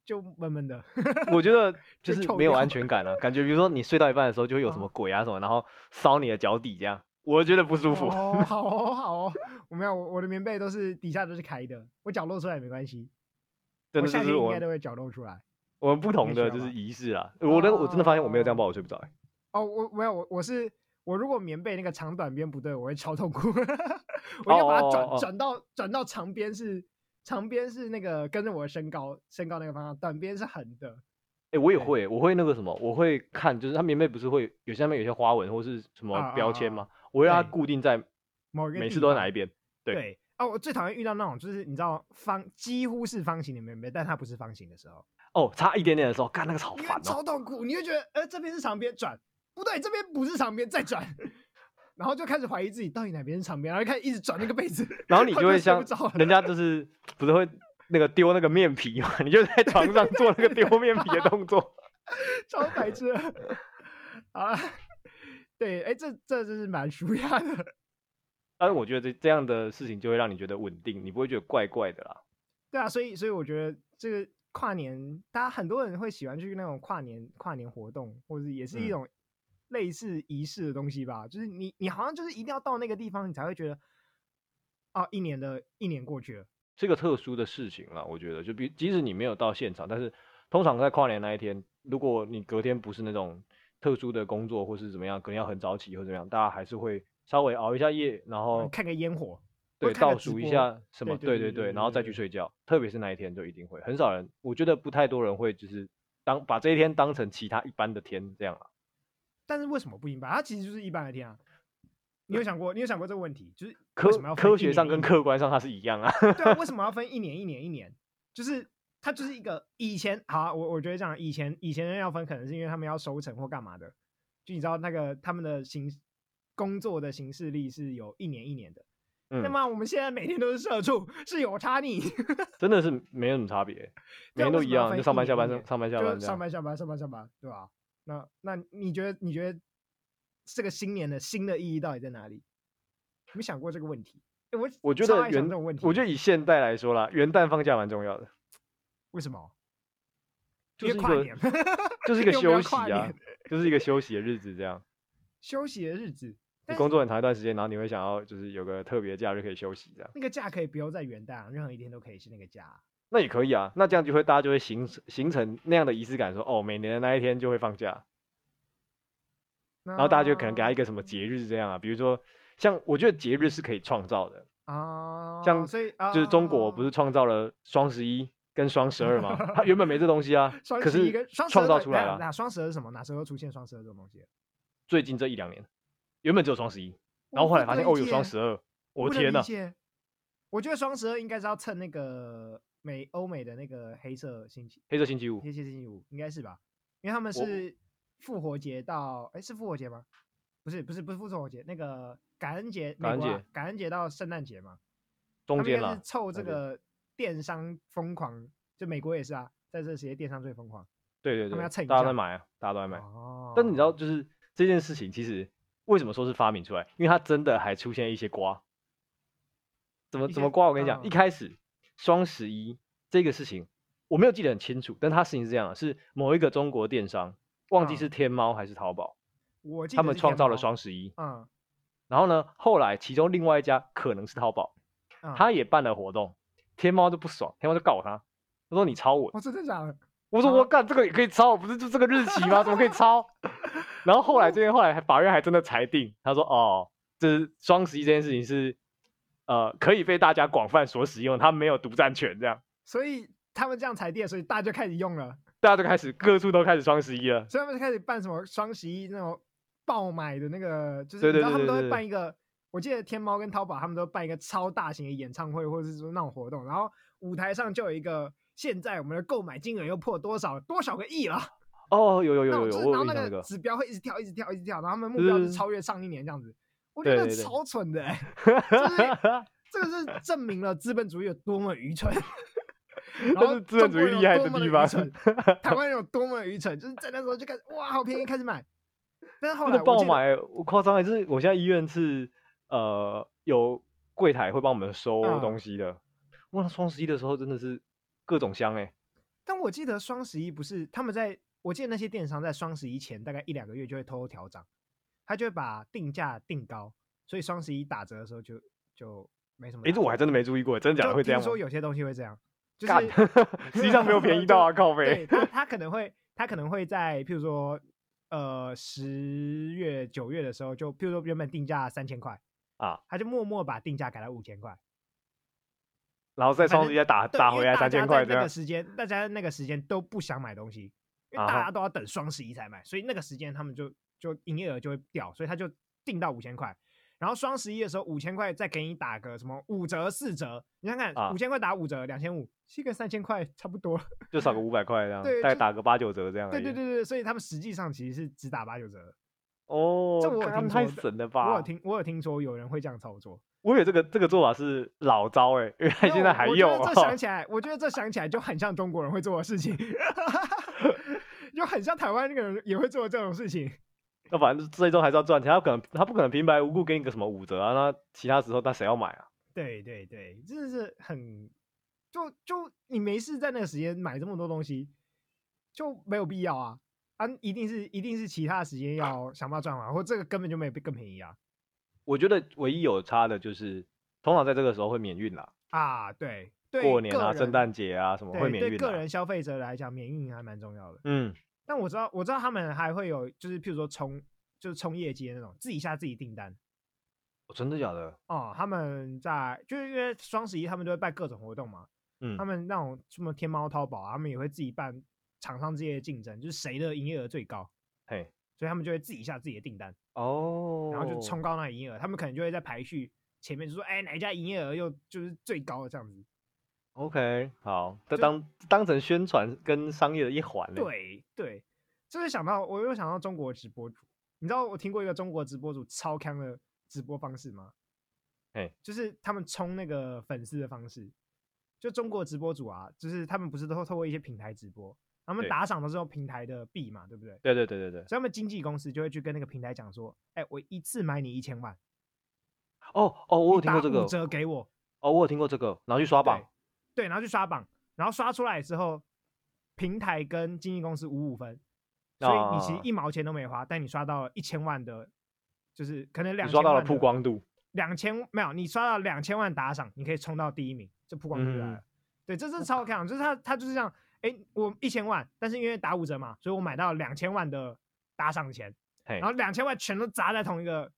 就闷闷的。
我觉得
就
就是
臭
没有
掉
安全感了、啊感觉比如说你睡到一半的时候就会有什么
哦
鬼啊什么，然后烧你的脚底这样，我觉得不舒服。
哦， 好哦，好哦，我没有，我我的棉被都是底下都是开的，我脚露出来也没关系。
真
我
的就
夏
是
天应
我
该都
们
会脚露出来。
我们不同
需
的
要
就是
吧
仪式啊。我那个我真的发现我没有这样包，我睡不着、欸。
哦，我没有，我我是我如果棉被那个长短边不对，我会超痛苦。 我要把它转
哦哦哦
转到转到长边是长边是那个跟着我的身高身高那个方向，短边是横的。
哎、我也
对
会，我会那个什么，我会看，就是它棉被不是会有下面有些花纹或是什么
啊啊
标签
啊
吗？我会让它
对
固定在
某一个
每
地
次都在哪
方
一边。对
对哦，我最讨厌遇到那种就是你知道方几乎是方形的棉被，但它不是方形的时候，
哦，差一点点的时候，干那个好
你
烦
会
哦。，
超痛苦，你会觉得呃这边是长边转，不对，这边不是长边再转，然后就开始怀疑自己到底哪边是长边，然后就开始一直转那个被子
然后你就会
睡不
像
着了
人家就是不是会那个丢那个面皮嘛，你就在床上做那个丢面皮的动作。
超白痴的。 好了，对，哎，这这真是蛮舒压的。
但是我觉得这这样的事情就会让你觉得稳定，你不会觉得怪怪的啦。
对啊，所以所以我觉得这个跨年，大家很多人会喜欢去那种跨年跨年活动，或者也是一
嗯
种类似仪式的东西吧。就是你你好像就是一定要到那个地方，你才会觉得，哦，一年的一年过去了，
这个特殊的事情啦，我觉得就比即使你没有到现场，但是通常在跨年那一天，如果你隔天不是那种特殊的工作或是怎么样，可能要很早起或怎么样，大家还是会稍微熬一下夜，然后
呃看个烟火，或
哦对
看个
倒
直
数一
播
下什么，
对
对
对对对
然后再
对
去
对
睡觉。特别是那一天就一定会，很少人，我觉得不太多人会就是当把这一天当成其他一般的天这样啊。
但是为什么不明白？它其实就是一般的天啊。你有想过，你有想过这个问题？就是为什么
科
要
科
分一
学
年
上
一
跟
年
客观上它是一样啊。
对啊，为什么要分一年一年一年？就是它就是一个以前好啊、我我觉得这样，以前以前人要分，可能是因为他们要收成或干嘛的，就你知道那个他们的形工作的形式力是有一年一年的。那
嗯，
么我们现在每天都是社畜，是有差 异，
真的是没有什么差别，
对
每
啊
天都
为什
一
么要
样，
分
就上
一
班
年
下
一
班
年
上班下
就
班这
上
样。
班上班上班上班，对吧、那那你觉得你觉得这个新年的新的意义到底在哪里？有没有想过这个问题？诶我
我觉
超
得
爱想
元
这种问，题，
我觉得以现代来说啦，元旦放假蛮重要的，
为什么？
就
因
是
为
一
跨
个
年
就是一个
因为我们要
休息
跨
啊
年，
就是一个休息的日子这样。
休息的日子，
你
但
工作很长一段时间，然后你会想要就是有个特别假日可以休息这样。
那个假可以不用在元旦啊、任何一天都可以是那个假啊。
那也可以啊，那这样就会大家就会形成形成那样的仪式感说哦，每年的那一天就会放
啊
假，
然
然后大家就可能给他一个什么节日这样啊，比如说像我觉得节日是可以创造的，
啊，
像
所以
就是中国不
啊，
是创造了双十一跟双十二吗？它原本没这东西啊
双
可
十一
是
跟双十
创
二
造
到底
出来
哪
了。
哪双十二是什么？哪时候出现双十二这种东西？啊
最近这一两年，原本只有双十一，然
我
后后
不
来发现
能
哦有
理
双
解
十二，我
不能
天
理
呐，
解 我觉得双十二应该是要趁那个美欧美的那个黑色星期
黑色星期五
黑色星期五，应该是吧？因为他们
我
是复活节到哎是复活节吗？不是不是不是复活节，那个感恩节，美
感恩
国啊
节
感恩节到圣诞节嘛，他
中
们应
间
该
啦
是，凑这
中间
个电商疯狂，就美国也是啊，在这时间电商最疯狂。
对对
他们
对，
要蹭一
大家
下
在买啊，大家都在买。
哦，
但是你知道，就是这件事情其实为什么说是发明出来？因为它真的还出现一些瓜。怎么
一
怎
些
么瓜？我跟你讲，一
嗯
开始双十一这个事情我没有记得很清楚，但它事情是这样的：是某一个中国电商，忘记
嗯
是天猫还是淘宝，
我记
他
得
们
是
创
天
造了
猫
双十一。
嗯
然后呢，后来其中另外一家可能是淘宝，
嗯，
他也办了活动，天猫就不爽，天猫就告他，他说你抄我
我哦真的假的？
我说
啊
我干，这个也可以抄，不是就这个日期吗？怎么可以抄？ 然后后来这边后来还法院还真的裁定，他说哦，这是双十一这件事情是呃可以被大家广泛所使用，他没有独占权，这样
所以他们这样裁定，所以大家就开始用了，
大家就开始各处都开始双十一了。
所以他们就开始办什么双十一那种爆买的那个，就是你知
对对
道他们
对对
都会
对
办一个，我记得天猫跟淘宝他们都办一个超大型的演唱会或者是说那种活动，然后舞台上就有一个。现在我们的购买金额又破多少多少个亿了？
哦，有有有
那种
有
就
有，
是
我
然后
有印象
那
这
个
个。
指标会一直跳，一直跳，一直跳，然后他们目
对
标
对
是
对
超越上一年这样子。我觉得
嗯对对对
超蠢的、欸，就是这个是证明了资本主义有多么愚蠢。然
但
后
是资本主义厉害的
中国
地
人有多么愚，
方
蠢台湾人有多么愚蠢，就是在那时候就开始哇，好便宜，开始买。但是后
真
来
的
我
爆
记得，
买，我夸张欸，就是我现在医院是呃有柜台会帮我们收
嗯
东西的。哇，那双十一的时候真的是各种香哎、
但我记得双十一不是他们在，我记得那些电商在双十一前大概一两个月就会偷偷调涨，他就会把定价定高，所以双十一打折的时候就就没什么打
哎、
折。
这我还真的没注意过，真的假的
就
会这
听
样吗
说？有些东西会这样，就是
干，实际上没有便宜到 啊，靠
对
背。
他，他可能会，他可能会在，譬如说，呃，十月、九月的时候，就譬如说原本定价三千块
啊，
他就默默把定价改到五千块，
然后在双十一再打
对
打
因
回
为
来
大
三
家
千块
在
这
那
样
个。时间，大家那个时间都不想买东西，因为
啊
大
哈
家都要等双十一才买，所以那个时间他们就就营业额就会掉，所以他就定到五千块。然后双十一的时候，五千块再给你打个什么五折、四折，你看看
啊
五千块打五折，两千五，是跟三千块差不多。
就少个五百块这样，
对
大概
就
打个八九折这样。
对对。对对，所以他们实际上其实是只打八九折的。
哦，
这我有
干
听
太
说的
神了吧！
我有，听，我有听说有人会这样操作。
我以为这个这个做法是老招哎、原来
那
现
我
在还
我
有
觉得
啊
这。想起来，我觉得这想起来就很像中国人会做的事情， 就很像台湾那个人也会做这种事情。
啊那反正最终还是要赚钱，他不可能他不可能平白无故给你个什么五折啊，那其他时候那谁要买啊？
对对对，真的是很，就就你没事在那个时间买这么多东西，就没有必要啊啊！一定是一定是其他的时间要想办法赚完，或这个根本就没有更便宜啊
我觉得唯一有差的就是，通常在这个时候会免运啦，
啊！对对，
过年啊、
个
圣
人
诞节啊什么会
对
免
对
运
个
啦。
人消费者来讲，免疫还蛮重要的。
嗯，
但我知道，我知道他们还会有，就是譬如说冲，就是冲业绩的那种，自己下自己订单
真的假的？
哦。他们在就是因为双十一，他们都会办各种活动嘛。
嗯
他，们那种什么天猫、淘宝啊，他们也会自己办厂商之间的竞争，就是谁的营业额最高，
嘿，
所以他们就会自己下自己的订单，
哦，
然后就冲高那个营业额。他们可能就会在排序前面就说，哎，哪一家营业额又就是最高的这样子。
OK，好，这
就
当当成宣传跟商业的一环嘞。，
对对，就是想到我又想到中国直播主，你知道我听过一个中国直播主超强的直播方式吗？
嘿
就是他们冲那个粉丝的方式，就中国直播主啊，就是他们不是都透过一些平台直播，他们
对
打赏都是用平台的币嘛，对不对？
对对对对对。
所以他们经纪公司就会去跟那个平台讲说，哎、我一次买你一千万，
哦哦，我有
你
听
打
过这
五折
个。
给我，
哦，我有听过这个，然后去刷榜。
对，然后去刷榜，然后刷出来之后，平台跟经纪公司五五分，所以你其实
啊
一毛钱都没花，但你刷到了一千万的，就是可能两千
你刷
万
到了
的
曝，光度，
两千没有，你刷到两千万打赏，你可以冲到第一名，这曝光度就来
嗯
了。对，这是超强，就是他他就是这样，哎，我一千万，但是因为打五折嘛，所以我买到两千万的打赏钱，
嘿
然后两千万全都砸在同一个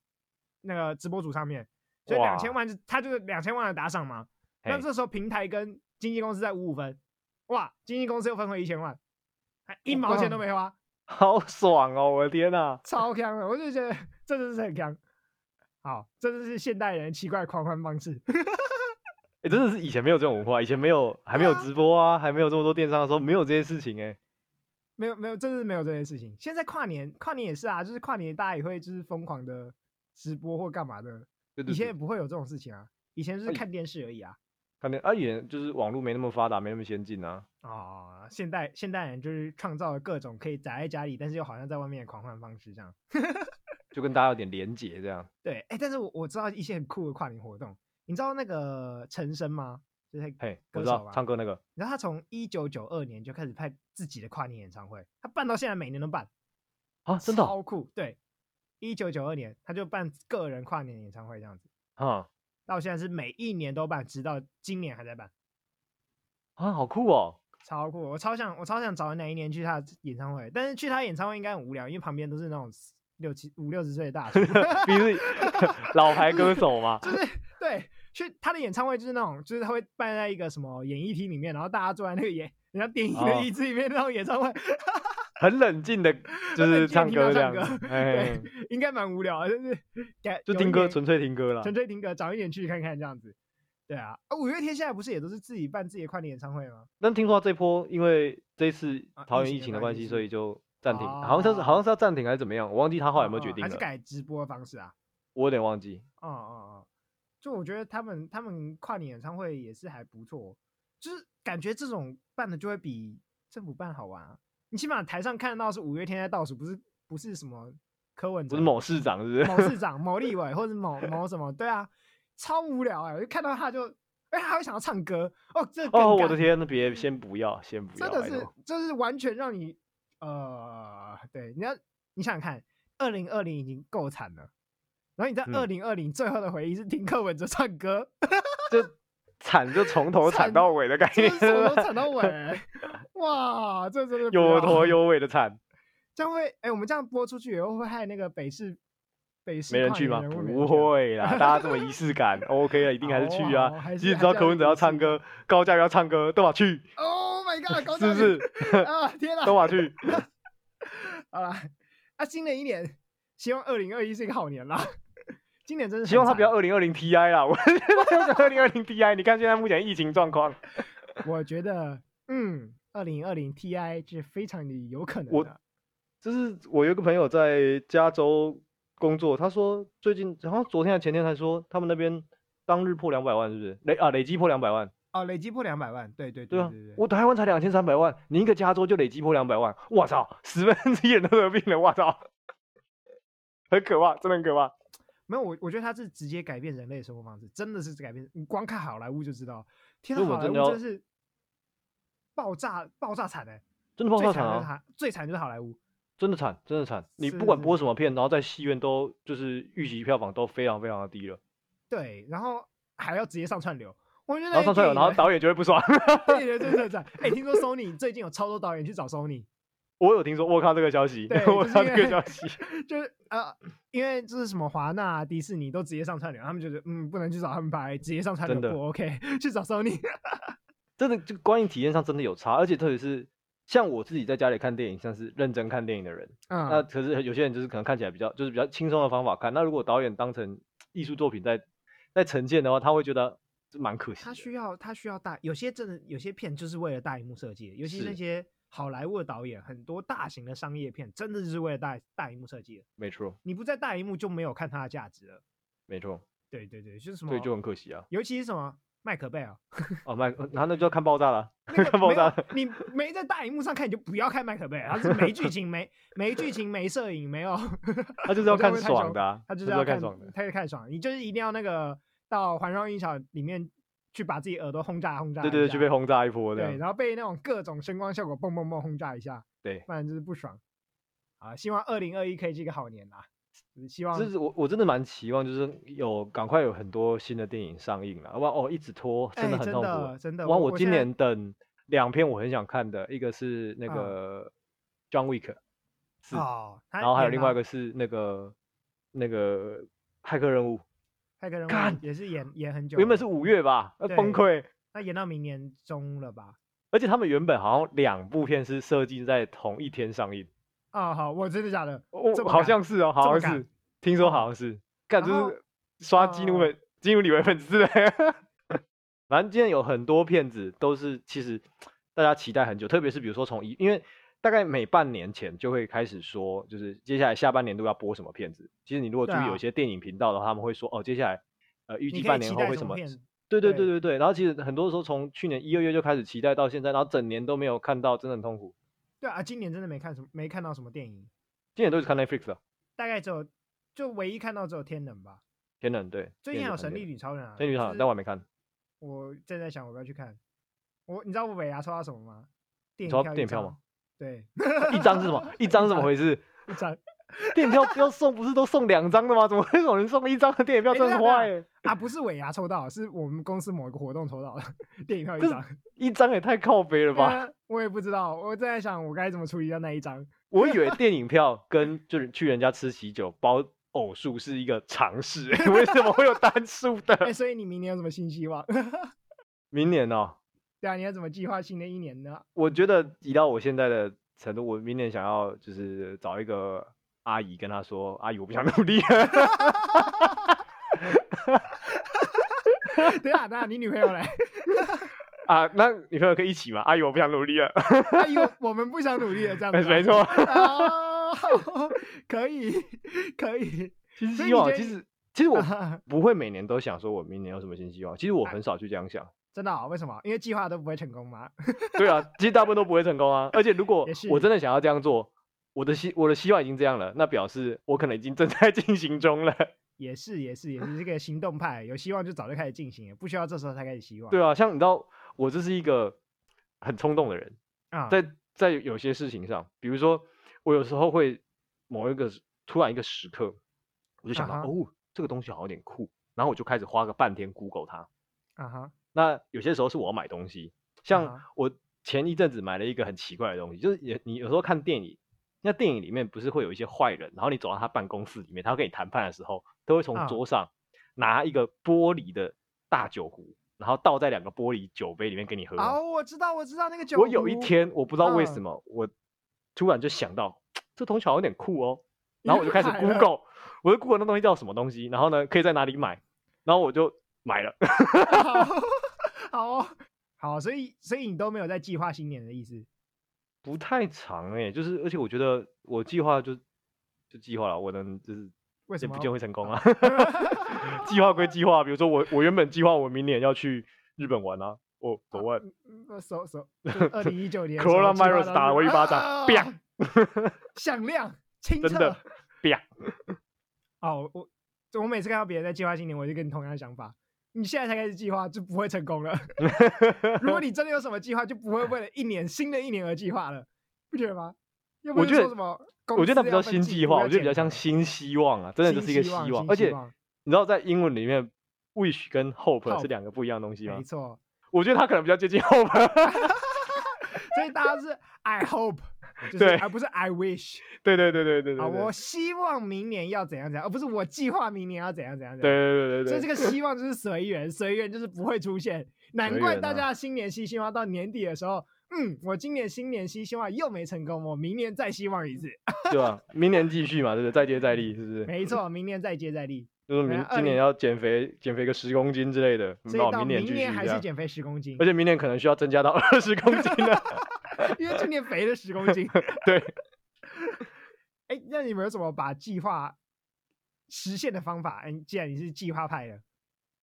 那个直播主上面，所以
哇
两千万就他就是两千万的打赏嘛，那
嘿
这时候平台跟经纪公司在五五分，哇，经纪公司又分回一千万，还一
哇
毛钱都没花，
好爽哦！我的天呐、
超强的，我就觉得这真的是很强。好，这就是现代人奇怪的狂欢方式。
哎、真的是以前没有这种文化，以前没有还没有
对啊
直播啊，还没有这么多电商的时候，没有这些事情哎、
没有没有，真是没有这件事情。现在跨年，跨年也是啊，就是跨年大家也会就是疯狂的直播或干嘛的，
对对
以前也
对，
不会有这种事情啊，以前就是
哎
看电视而已啊。
看见啊，以前就是网络没那么发达，没那么先进啊。
哦，现代现代人就是创造了各种可以宅在家里，但是又好像在外面的狂欢方式这样。
就跟大家有点连结这样。
对，哎，但是我我知道一些很酷的跨年活动，你知道那个陈升吗？就是他
嘿，我
歌
知
手
道
啊，
唱歌那个，
然后他从一九九二年就开始办自己的跨年演唱会，他办到现在每年都办，
啊，真的哦
超酷。对，一九九二年他就办个人跨年演唱会这样子。
啊
到现在是每一年都办，直到今年还在办，
啊，好酷哦！
超酷！我超想，我超想找哪一年去他的演唱会，但是去他演唱会应该很无聊，因为旁边都是那种六七五六十岁的大叔，
毕竟是老牌歌手嘛，
就是对，去他的演唱会就是那种，就是他会办在一个什么演艺厅里面，然后大家坐在那个演人家电影的
哦
椅子里面那种演唱会，
很冷 静的，就
很冷静地
是唱
听他
歌这
唱
样
歌
子。哎，
应该蛮无聊的，就是改
就
有
听
一
歌，
年
纯粹听歌啦。
纯粹听歌，早一点去看看这样子。对啊，啊五月天现在不是也都是自己办自己的跨年演唱会吗？
但听说这波因为这一次
啊
桃
疫
园疫
情
情
的
的
关
关
系
系，
是
所以就暂停，
啊
好像是好像是要暂停还是怎么样，我忘记他后来有没有决
嗯嗯
定
还是
了，
改直播的方式啊？
我有点忘记。
哦哦哦，就我觉得他们他们跨年演唱会也是还不错，就是感觉这种办的就会比政府办好玩啊。你起码台上看得到是五月天在倒数，不是不是什么柯文
不
哲、
是某市长，是 不
某
是？
市长、某立委或者某某什么，对啊，超无聊哎、我就看到他就哎、还会想要唱歌哦，这更
哦，我
干
的，天，那别先不要，先不要，
真的
拜
是
托
就是完全让你呃，对，你要你想想看，二零二零已经够惨了。然后你在
嗯
二零二零最后的回忆是听柯文哲唱歌，
就惨就从头
惨
惨到尾的感
真的
觉
是，从头惨 到 尾，哇，这真的不
有
要
头，有尾的惨。
这样会，哎、我们这样播出去以后会害那个北市北市
没人
跨
去
年
吗？
人会没人
不
去啊，
会啦，大家这么仪 式感，OK 了，一定还是去啊
好好哦还。是
即使
还
知道
是
柯
要
文哲
有
要
仪
唱
式
歌，高嘉瑜要唱歌，都嘛去，
，Oh my God，高
是
嘉
不
瑜
是？
啊，天哪，
都嘛去。
好啦，啊，新的一年，希望二零二一是一个好年啦。 今年真是
希望他
很
不要
惨，
二零二零 TI 啦，我二零二零 TI。你 看现在目前疫情状况，
我觉得，嗯，二零二零 TI 是非常的有可能
我
的。
就是我有一个朋友在加州工作，他说最近，然后昨天还前天才说他们那边当日破两百万，是不是累啊？累积破两百万，
哦，累积破两百万，对对
对啊
对对，
我台湾才两千三百万，你一个加州就累积破两百万，我操，十分之一人都得病了，我操，很可怕，真的很可怕。
没有，我我觉得他是直接改变人类的生活方式，真的是改变。你光看好莱坞就知道，天啊，
所以我
好
们
莱
真
坞
的
真
要
的是爆炸爆炸惨哎、
真的爆
最
炸
惨
惨
就是
啊！
他，最惨就是好莱坞。
真的惨，真的惨！你
是
不管
是
播什么片，然后在戏院都就是预期票房都非常非常的低了，
对，然后还要直接上串流，我觉得
然后上串流，然后导演就会不爽。
对人真的很惨。哎、听说 Sony 最近有超多导演去找 Sony，
我有听说，我有看到这个消息，
对
我有
就是因
看到这
为
个消 息。
就是呃，因为就是什么华纳、啊迪士尼都直接上串流，他们觉得嗯不能去找他们拍，直接上串流
真的
不 OK，去找 Sony。
真的就观影体验上真的有差，而且特别是像我自己在家里看电影，像是认真看电影的人，那
嗯，
可是有些人就是可能看起来比较就是比较轻松的方法看，那如果导演当成艺术作品在在呈现的话，他会觉得这蛮可惜
他
的。
需要他需要大，有些真的有些片就是为了大荧幕设计的，尤其
是
那些好莱坞的导演，很多大型的商业片真的就是为了大大荧幕设计的，
没错，
你不在大荧幕就没有看它的价值了。
没错，
对对对，就是什么
所以就很可惜啊。
尤其是什么麦克贝 尔，
哦，麦，然后那就要看爆 炸了，
那个
看爆
没有
炸了。
你没在大荧幕上看，你就不要看麦克贝尔，它是没剧情、没没剧情、没摄影、没有，
他就是
我这样
要看
会太
爽
凶
的、啊，
他就是是要
看
看
爽的。
他就看爽，你就是一定要那个到环绕音响里面去把自己耳朵轰炸轰炸一下，
对对对，去被轰炸一波这
对，
样。
然后被那种各种声光效果蹦蹦蹦轰炸一下，
对，
不然就是不爽。啊，希望二零二一可以是一个好年啦。就是希望
就是我我真的蛮期望，就是有赶快有很多新的电影上映了，要不然哦一直拖真的
哎
很
真
痛苦。
的真的
哇，
我
我
我
今
现在
年等两片我很想看的，一个是那
嗯
个 John Wick，是，
哦，他
然后还有
演
另外
吗
一个是那个那个骇客任务，
泰克人
干
物也是演演很久了，
原本是五月吧，呃崩
对
溃。
那演到明年中了吧？
而且他们原本好像两部片是设计在同一天上映，
啊、好，我真的假的？
我、
这么
好
赶
像是哦，好
么
像
赶
是，听说
哦
好像是，干
然
就
后
是刷基努
哦
粉、基努里维粉丝的。 反正今天有很多片子都是其实大家期待很久，特别是比如说从一，因为大概每半年前就会开始说，就是接下来下半年度要播什么片子。其实你如果注
对
意有
啊
一些电影频道的话，他们会说哦，接下来呃预
你
计
可
半
以
年
期
后
待
会
什
什
么
么
片？
对对对
对
对对，然后其实很多时候从去年一二月就开始期待到现在，然后整年都没有看到，真的很痛苦。
对啊，今年真的没看什么，没看到什么电影，
今年都是看 Netflix 的，
大概只有就唯一看到只有天能吧。
天冷对。
最
今
近
年
还有
就看
神
天
力
冷
女超人啊，
神力
就
女超人
是
但我还没看。
我正在想我要不要去看。我你知道我尾牙抽到什么吗？电
抽
影
到
票一
电影票
张
吗？
对，
一张是什么？一张怎么回事？
一张
电影票不要送，不是都送两张的吗？怎么会有人送一张的电影票？
哎等
真
一下
坏、
等
欸！
啊，不是尾牙抽到，是我们公司某一个活动抽到的电影票一
可是
张。
一张也太靠背了吧！
呃我也不知道，我正在想我该怎么处理掉那一 张。
我以为电影票跟就是去人家吃喜酒包偶数是一个常识、 欸，为什么会有单数
哎、
的？
所以你明年有什么新希望？
明年哦，
对啊，你要怎么计划新的一年呢？
我觉得以到我现在的程度，我明年想要就是找一个阿姨跟她说：“阿姨，我不想努力了。
等一下，等一下，你女朋友嘞？”
啊，那女朋友可以一起吗？阿姨，我不想努力了。
阿姨，我们不想努力了，这样子、
哎
啊。
没错
哦， 可以，可以。
其
所以
实希
你
望，
觉得
其
你
实其实我
啊
不会每年都想说我明年有什么新希望。其实我很少去这样想。
真的、哦？为什么？因为计划都不会成功吗？
对啊，其实大部分都不会成功啊。而且如果
也是
我真的想要这样做，我的希我的希望已经这样了，那表示我可能已经正在 进行中了。
也是，也是，也是这个行动派，有希望就早就开始进行了，不需要这时候才开始希望。
对啊，像你知道，我这是一个很冲动的人，
啊，
在在有些事情上，比如说我有时候会某一个时突然一个时刻，我就想到、
啊哈
哦，这个东西好像有点酷，然后我就开始花个半天 Google 它。
啊哈，
那有些时候是我要买东西，像
哈
我前一阵子买了一个很奇怪的东西，就是也你有时候看电影，那电影里面不是会有一些坏人，然后你走到他办公室里面，他要跟你谈判的时候，都会从
啊
桌上拿一个玻璃的大酒壶，然后倒在两个玻璃酒杯里面给你喝嘛。
哦，我知道，我知道那个酒。
啊我有一，天我不知道为什
嗯
么，我突然就想到这东西好像有点酷哦，然后我就开始
买了
Google，我就 Google 那东西叫什么东西，然后呢可以在哪里买，然后我就买了。
好， 好哦，好，所以，所以你都没有在计划新年的意思。
不太长哎、就是而且我觉得我计划就就计划了，我能就是
为
也
什
不
么？
见会成 功啊。 计划归计划，比如说我我原本计划我明年要去日本玩啊，我走万
嗯手手， 二零一九年的时候
coronavirus
计划到
打了我一巴掌
啊
啪
响亮清澈。
真的啪，
哦，我我每次看到别人在计划新年，我就跟你同样的想法。你现在才开始计划，就不会成功了。 如果你真的有什么计划，就不会为了一年新的一年而计划了，不觉得吗？又不
我
是
觉得
说什么 公
我觉得那
司
比
要
较
分
新
季
计
度
划，
要
我觉得比较
减
像
少
新希望啊，真的
新
就是一个
希望
希
新
望，而
希
且
望
你知道在英文里面 wish 跟 hope 是
Hope，
两个不一样的东西吗
没？错。
我觉得它可能比较接近 hope。
所以大家是 I hope，就是
对
而不是 I wish
对对对对对对对，
啊。我希望明年要怎样怎样，而不是我计划明年要怎样怎样怎样。
对对对对
所以
对
这
对，
个希望就是随缘，随缘就是不会出现。难
随
怪
缘
大
啊
家的新年新希望到年底的时候，嗯，我今年新年新希望又没成功，我明年再希望一次。
对吧？明年继续嘛，对不对？再接再厉，是不是？
没错，明年再接再厉。
就是
对
明
啊
今年
20
要减肥，减肥个十公斤之类的，
所
嗯那
以
我
到
明年
明
继续
年还
这
是
样。
减肥十公斤
而，且明年可能需要增加到 二十公斤 了。
因为今年肥了十公斤。
对，
哎，那你们有什么把计划实现的方法？哎，既然你是计划派的，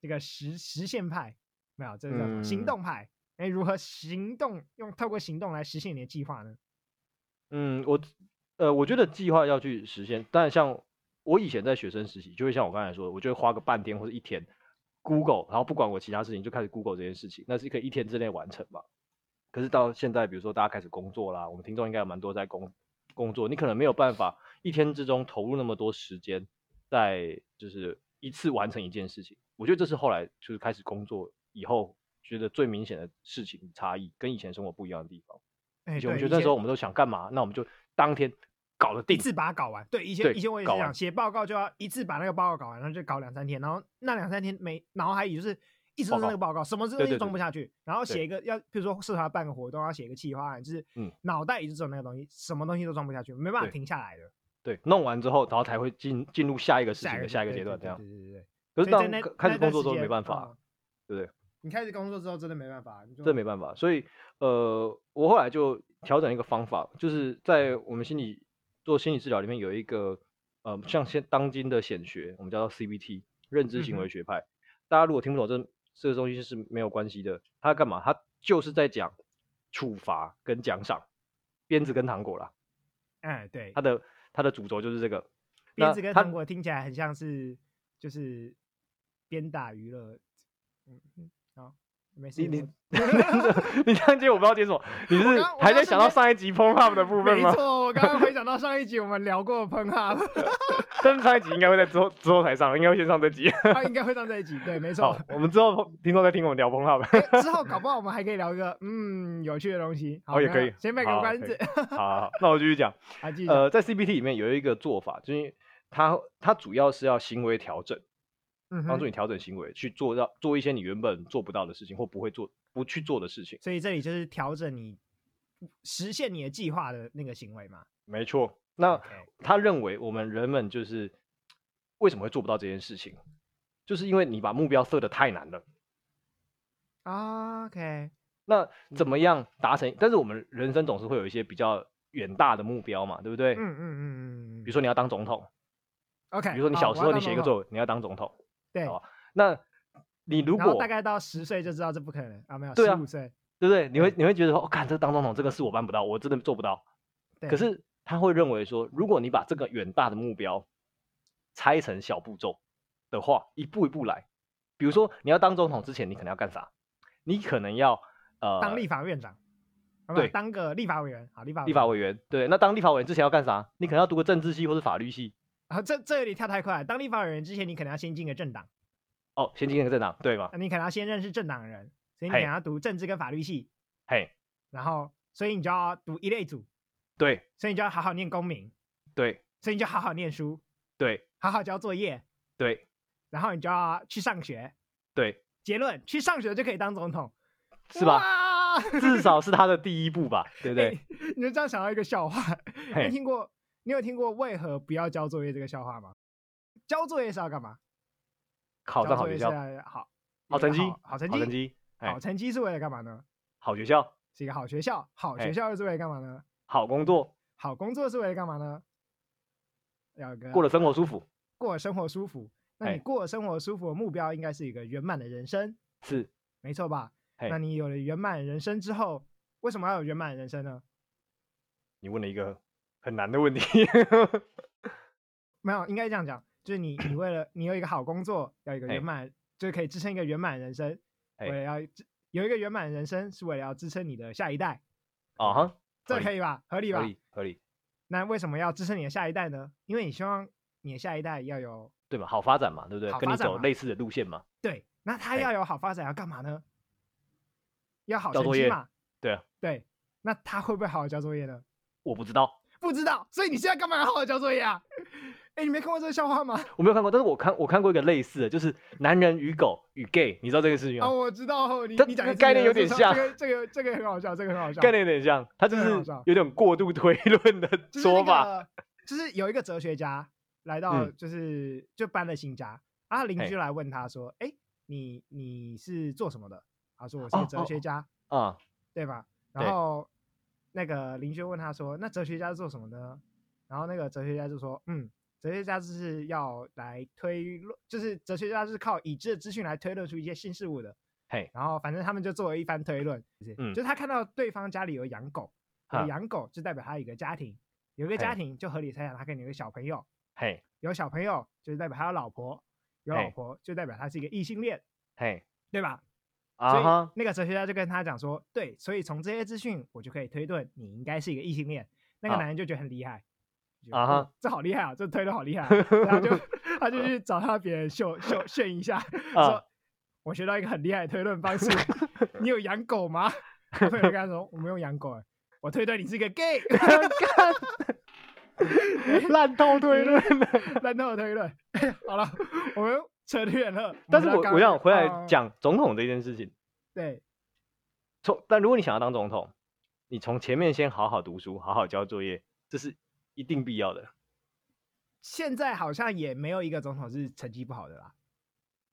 这个实实现派没有，这个叫什么行
嗯
动派。哎，如何行动？用透过行动来实现你的计划呢？
嗯，我呃，我觉得计划要去实现，但像我以前在学生时期，就会像我刚才说的，我就会花个半天或者一天 Google，然后不管我其他事情就开始 Google 这件事情，那是可以一天之内完成吧。可是到现在，比如说大家开始工作啦，我们听众应该有蛮多在工工作，你可能没有办法一天之中投入那么多时间，在就是一次完成一件事情，我觉得这是后来就是开始工作以后觉得最明显的事情差异，跟以前生活不一样的地方。
哎，
以
对，
前我们觉
以
得那时
前
候我们都想干嘛，那我们就当天搞得
一
定。
次把它搞完。对，以
对
前以前我也是
搞
这样，
完
写报告就要一次把那个报告搞完，然后就搞两三天，然后那两三天每脑海里就是一直都是
报
那
告
个报告，什么东
对
西
对
装
对
不下去。然后
对
写一个要，比如说社团办个活动，要写一个企划案，就是
嗯
脑袋里就只有那个东西，什么东西都装不下去，没办法
对
停下来的。
对，弄完之后，然后才会进进入下一个事情的下一个
对
阶段，这
对
样
对。对对对。
可
所
是
以
当
在那
开
那
始
段
工
时
作之后
间
没办法，，
嗯
对不对？
你开始工作之后真的没办法，你就
这没办法，所以呃，我后来就调整一个方法，就是在我们心理做心理治疗里面有一个呃，像现当今的显学，我们叫做 CBT 认知行
嗯
为
哼
学派。大家如果听不懂这这个东西是没有关系的，他干嘛？他就是在讲处罚跟奖赏，鞭子跟糖果啦。
哎，对
他，的他的主轴就是这个。
鞭
那
子跟
他
糖果听起来很像是就是鞭打娱乐，嗯嗯，好，没事，
你你
我
你这样接我不知道接什么，你是
刚我
还
刚瞬
在想到
间
上一集 p o n Up 的部分
没
吗？
错，我刚刚回想到上一集我们聊过 p e n h u b
但是上一集应该会在之后之后才上，应该会先上这集。
他应该会上这一集，对， 没错
好。，我们之后听众再听我们聊 p o n Up。
哎之后搞不好我们还可以聊一个嗯有趣的东西，好
哦也
那
可以
先卖个
好
关
可以
子，
好好好，那我继续讲。
啊，继续讲，
呃，在 CBT 里面有一个做法，就是它它主要是要行为调整，
嗯
帮
哼
助你调整行为，去做到做一些你原本做不到的事情或不会做不去做的事情。
所以这里就是调整你实现你的计划的那个行为嘛。
没错。那
OK，
他认为我们人们就是为什么会做不到这件事情，就是因为你把目标设的太难了。
啊，OK，
那
嗯
怎么样达成？但是我们人生总是会有一些比较远大的目标嘛，对不对？
嗯嗯嗯嗯嗯，
比如说你要当总统，
OK，
比如说你
好
小
哦我
时
要
候你
当
写
总
一个
统
作文，哦你要当总统。
对，
好那你如
然后
果
大概到十岁就知道这不可能啊，没有
对
十
啊
五岁，
对不对？你会你会觉得说，哦，看这个当总统这个事我办不到，我真的做不到。
对，
可是他会认为说，如果你把这个远大的目标拆成小步骤的话，一步一步来。比如说你要当总统之前，你可能要干啥？你可能要呃
当立法院长，好不好
对
当个立法委员，好，立法
立法
委员，
委员，对，那当立法委员之前要干啥？你可能要读个政治系或者法律系，
然后这这有点跳太快了，当立法委员之前，你可能要先进个政党，
哦，先进那个政党，对吗？
你可能要先认识政党的人，所以你可
嘿
能要读政治跟法律系，
嘿，
然后所以你就要读一类组，
对
所以你就要好好念公民，
对
所以你就好好念书，
对
好好交作业，
对
然后你就要去上学。
对，
结论：去上学就可以当总统，
是吧？
哇？
至少是他的第一步吧，对不对？
哎你就这样想到一个笑话，哎你有
嘿
听过？你有听过为何不要交作业这个笑话吗？交作业是要干嘛？
考上
交
好
作业
学
是
校，
要好
好成绩，
好成
好成
绩，
绩，哎
好，成绩是为了干嘛呢？
好学校，
是一个好学校，好学
嘿
校又是为了干嘛呢？
好工
嗯
作，
好工作是为了干嘛呢？要有个
过得生活舒服，
过得生活舒服。那你
嘿
过得生活舒服的目标应该是一个圆满的人生，
是
没错吧？
嘿
那你有了圆满的人生之后，为什么要有圆满的人生呢？
你问了一个很难的问题，
没有，应该这样讲，就是你你为了你有一个好工作，要有一个圆
嘿
满，就是可以支撑一个圆满的人生，为
嘿
了要支有一个圆满的人生，是为了要支撑你的下一代，
啊哈，
这
合
可
理
以吧？合理
合
吧？
理合理，
那为什么要支撑你的下一代呢？因为你希望你的下一代要有
对嘛？好发展嘛，对不对
好？
跟
发
你
展
走
嘛
类似的路线嘛，
对，那他
嘿
要有好发展要干嘛呢？要好
交
成
作
绩
业
嘛？
对啊，
对，那他会不会好好交作业呢？
我不知道，
不知道，所以你现在干嘛要好好交作业啊？ 哎，你没看过这个笑话吗？
我没有看过，但是我看我看过一个类似的，就是男人与狗与 gay，你知道这个事情
啊，
吗？
我知道哦，你
这
你讲
这
一次
概
这
念
个
有点
这
像
这个这个这个很好笑，这个很好笑。
概念有点像，它就
这个很好
是
笑
有点过度推论的
就是那
说法。
个，就是有一个哲学家来到，
嗯
就是、就搬了新家，然后邻居
嘿
就来问他说：“哎，你你是做什么的？”他说：“我是
哦
个哲
哦
学家，
啊、
对吧？”然
对
后那个邻居问他说：“那哲学家是做什么的呢？”然后那个哲学家就说：“嗯，哲学家就是要来推论，就是哲学家是靠已知的资讯来推论出一些新事物的。”
嘿，
然后反正他们就做了一番推论，就是
嗯
就是他看到对方家里有养狗，有
哈
养狗就代表他有一个家庭，有一个
嘿
家庭就合理猜想他可能有个小朋友，
嘿，
有小朋友就是代表他有老婆，有老
嘿
婆就代表他是一个异性恋，
嘿，
对吧？所
啊
以
哈，
那个哲学家就跟他讲说，对，所以从这些资讯我就可以推断你应该是一个异性恋。那个
啊
男人就觉得很厉害，觉得
啊哈啊
哦这好厉害啊，这推的好厉害、 啊，然后就他就去找他别人秀秀炫一 下，说我学到一个很厉害的推论方式，你有养狗吗？我朋友跟他说我没有养狗、欸，我推断你是个 gay，
烂透推 论了。
烂透的推论。 好了，我们扯得远了，
但是
们
我
刚
我想回来
啊
讲总统这件事情。
对，
从但如果你想要当总统，你从前面先好好读书，好好交作业，这是一定必要的。
现在好像也没有一个总统是成绩不好的啦。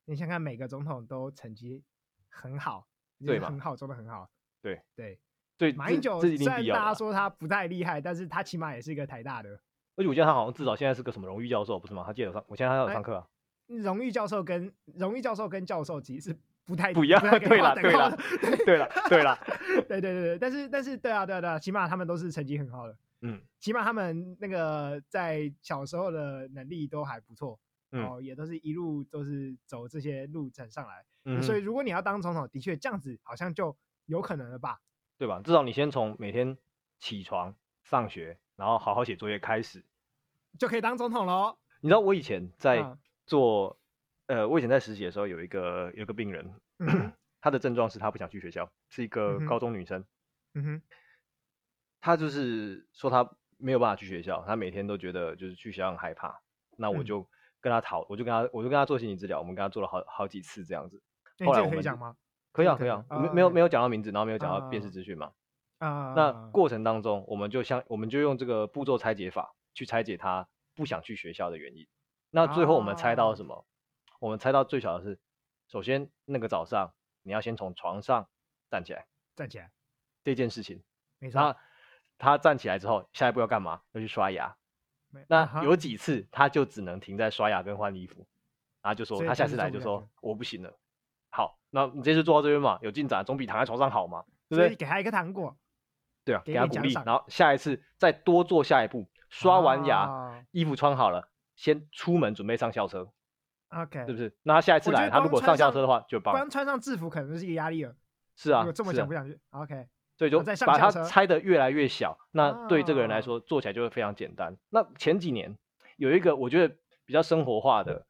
你想看每个总统都成绩很好，就是
对嘛
很好中的很好。
对
对，
所以
马英
这
九
这
虽
一定
然
必要的啊
大
啦
家。说他不太厉害，但是他起码也是一个台大的
而且我觉得他好像至少现在是个什么荣誉教授，不是吗？他记得有上，我现在他有
哎
上课啊。
荣誉教授跟荣誉教授跟教授其实是不太
不一样
太可以
对
画
啦
等
对
号
啦
的
对 了对了，
对对对对，但是但是对啊对啊对啊，起码他们都是成绩很好的，
嗯，
起码他们那个在小时候的能力都还不错，
嗯
然后也都是一路都是走这些路程上来，
嗯
所以
哼，
如果你要当总统，的确这样子好像就有可能了吧？
对吧？至少你先从每天起床、上学，然后好好写作业开始。
就可以当总统喽。
你知道我以前在
嗯
做，呃，我以前在实习的时候有一个有一个病人，
嗯哼
她的症状是她不想去学校，是一
嗯
个
哼
高中女生，
嗯哼，
她就是说她没有办法去学校，她每天都觉得就是去学校很害怕。那我
嗯
就跟她讨，我就跟她，我就跟她做心理治疗，我们跟她做了好好几次这样子。
那
后
你这
来
个
我
可以
们
讲
就
吗？
可以
这
啊，
个
可以
可
啊，
以
没
啊
没有
，OK
没有讲到名字，然后没有讲到辨识
啊
资讯嘛。
啊，
那过程当中，我们就像我们就用这个步骤拆解法去拆解他不想去学校的原因。那最后我们猜
啊
到什么？我们猜到最小的是，首先那个早上你要先从床上站起来
站起来，
这件事情。
没错
那。他站起来之后，下一步要干嘛？要去刷牙。
没啊
那
哈
有几次他就只能停在刷牙跟换衣服，然后就说
所以
他
他
下
是
次
做
来
不
就
了
说
的
我不行了。好，那你这次做到这边嘛，有进展总比躺在床上好嘛，对不
所
对
以？给他一个糖果，
对啊，
给
给
一
他
点
鼓
奖
励，
赏
然后下一次再多做下一步，刷完牙，
哦
衣服穿好了，先出门准备上校车，
，OK，
是不是？那他下一次
我觉
来，
得
他如
光
果
穿
上校
上
车的话，就帮
光穿上制服可能就是一个压力了。
是
如
啊
果，这么
是
想
啊
不，想去，OK，
所以就
再上
把
校
它
车
拆的越来越小。那对这个人
啊
来说，做起来就会非常简单。那前几年有一个我觉得比较生活化的，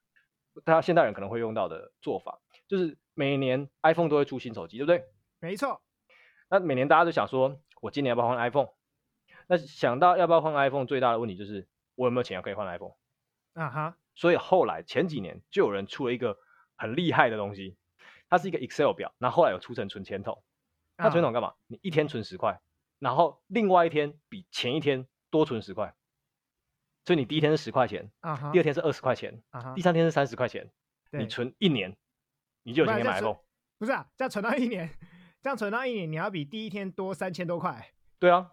大家现代人可能会用到的做法，就是每年 iPhone 都会出新手机，对不对？
没错，
那每年大家都想说，我今年要不要换 iPhone？那想到要不要换 iPhone，最大的问题就是我有没有钱可以换 iPhone？
啊哈，
所以后来前几年就有人出了一个很厉害的东西，它是一个 Excel 表，然后后来有出成存钱筒。那存
啊
钱筒干嘛？你一天存十块，然后另外一天比前一天多存十块，所以你第一天是十块钱，
啊哈，
第二天是二十块钱，
啊哈
第，三天是三十块钱，
对
你存一年，你就有
不然
钱可以
再
买
存
iPhone。
不是啊，这样存到一年，这样存到一年，你要比第一天多三千多块。
对啊，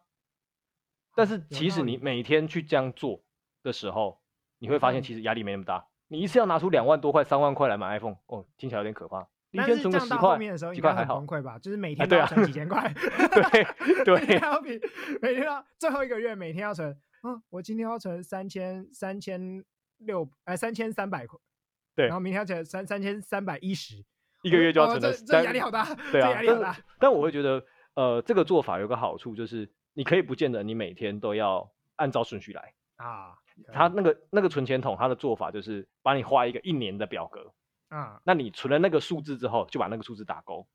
但是
哦有
其实
道
你
理嗯
每天去这样做的时候，你会发
道
现
理
其实压力没那么大。你一次要拿出两万多块、三万块来买 iPhone，哦，听起来有点可怕。你一
但
天
是
存
这
个
样
十
到后
块
面的时候，，
几
应
块
该很
还好
崩。溃吧？就是每天都
对
要
啊
存几千块，
对
每天
对
要比每天要最后一个月每天要存，嗯，我今天要存三千三千六，哎，三千三百块，
对
然后明天要存三三千三百一十，
一个月就要
哦
存了
这，这
但
压力好大，
对
这
啊
压，力好
但
大
是。但我会觉得，呃，这个做法有个好处就是，你可以不见得你每天都要按照顺序来。
啊，可
他
以
那个那个存钱筒，他的做法就是帮你画一个一年的表格，
啊
那你存了那个数字之后，就把那个数字打勾。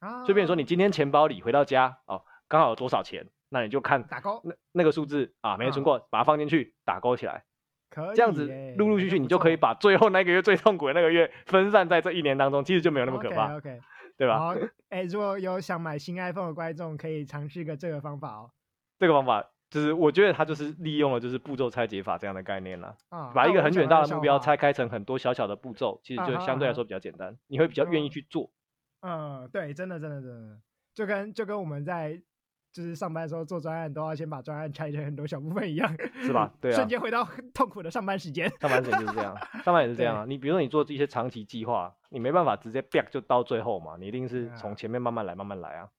啊，
就变成说你今天钱包里回到家哦，刚好有多少钱，那你就看
打勾
那那个数字啊，没
嗯
存过，把它放进去，打勾起来，
可以
这样子
耶
陆陆续续你就可以把最后那个月最痛苦的那个月分散在这一年当中，其实就没有那么可怕，
OK，
对吧？
好，哎，如果有想买新 iPhone 的观众，可以尝试一个这个方法哦。
这个方法就是我觉得它就是利用了就是步骤拆解法这样的概念啦，
啊，
把
那
一个
我
很
讲
远
到
大
一
的
个笑
目标
话
拆。开成很多小小的步骤，其实
啊
就
哈
相对
啊
来
哈
说比较简单，你会比较愿意
嗯
去做。
嗯，对，真的，真的，真的，就跟就跟我们在就是上班的时候做专案，都要先把专案拆成很多小部分一样，
是吧 对啊
嗯瞬间回到痛苦的上班时间。
上班时间就是 这样，上班也是这样啊。你比如说你做一些长期计划，你没办法直接 b a c 就到最后嘛，你一定是
啊
从前面慢慢来，慢慢来啊。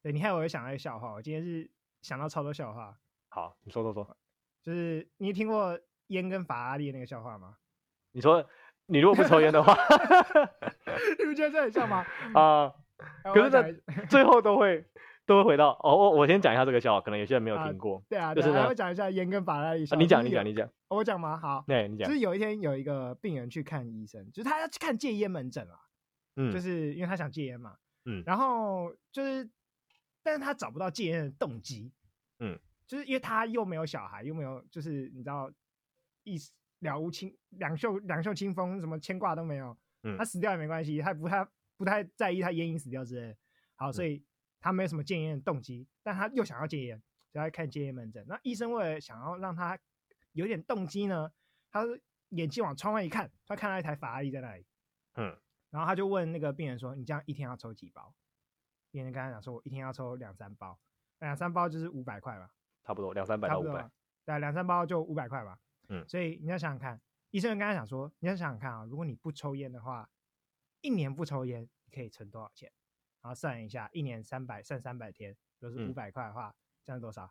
对，你看，我又想到一个笑话，我今天是想到超多笑话，
好，你说说说，
就是你听过烟跟法拉利的那个笑话吗？
你说你如果不抽烟的话
你不觉得这很像吗？
啊、
哎我
可
要
是
讲
那
一
最后都会都会回到哦，我我先讲一下这个笑话，可能有些人没有
啊
听过。
对 啊，
就
对啊
是
还
呢
要讲一下烟跟法拉利
啊
效应。
你讲，
就是
你讲，
有，
你讲，
哦我讲吗？好，
对，你讲
就，是有一天有一个病人去看医生，就是他要去看戒烟门诊啊，
嗯，
就是因为他想戒烟嘛。
嗯
然后就是，但是他找不到戒烟的动机。
嗯，
就是因为他又没有小孩，又没有，就是你知道，一了无清两袖两袖清风，什么牵挂都没有。
嗯
他死掉也没关系，他不太不太在意他烟瘾死掉之类的。
嗯
好，所以他没有什么戒烟的动机，但他又想要戒烟，所以他看戒烟门诊。那医生为了想要让他有点动机呢，他眼睛往窗外一看，他看到一台法拉利在那里。
嗯，
然后他就问那个病人说：“你这样一天要抽几包？”病人跟他讲说：“我一天要抽两三包，两三包就是五百块吧，
差不多两三百
差
到
不
五
多
百
吧，。对啊，两三包就五百块吧。”
嗯
所以你要想想看，医生就跟他讲说：“你要想想看啊，如果你不抽烟的话，一年不抽烟你可以存多少钱？然后算一下，一年三百算三百天，就是
嗯
五百块的话，这样多少？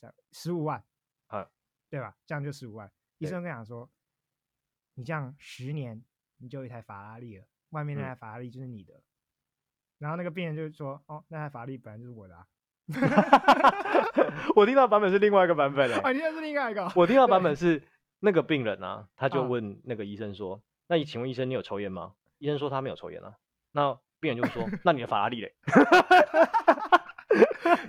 三十五万
啊，
对吧？这样就十五万。医
对
生跟他讲说，你这样十年你就有一台法拉利了，外面那
嗯
台法拉利就是你的。然后那个病人就说：“哦，那台法拉利本来就是我的啊。
我听到版本是另外一个版本嘞、
啊，你这是另外一个哦。
我听到版本是那个病人啊，他就
嗯
问那个医生说：“那你请问医生你有抽烟吗？”医生说他没有抽烟啊。那病人就说：“那你的法拉利嘞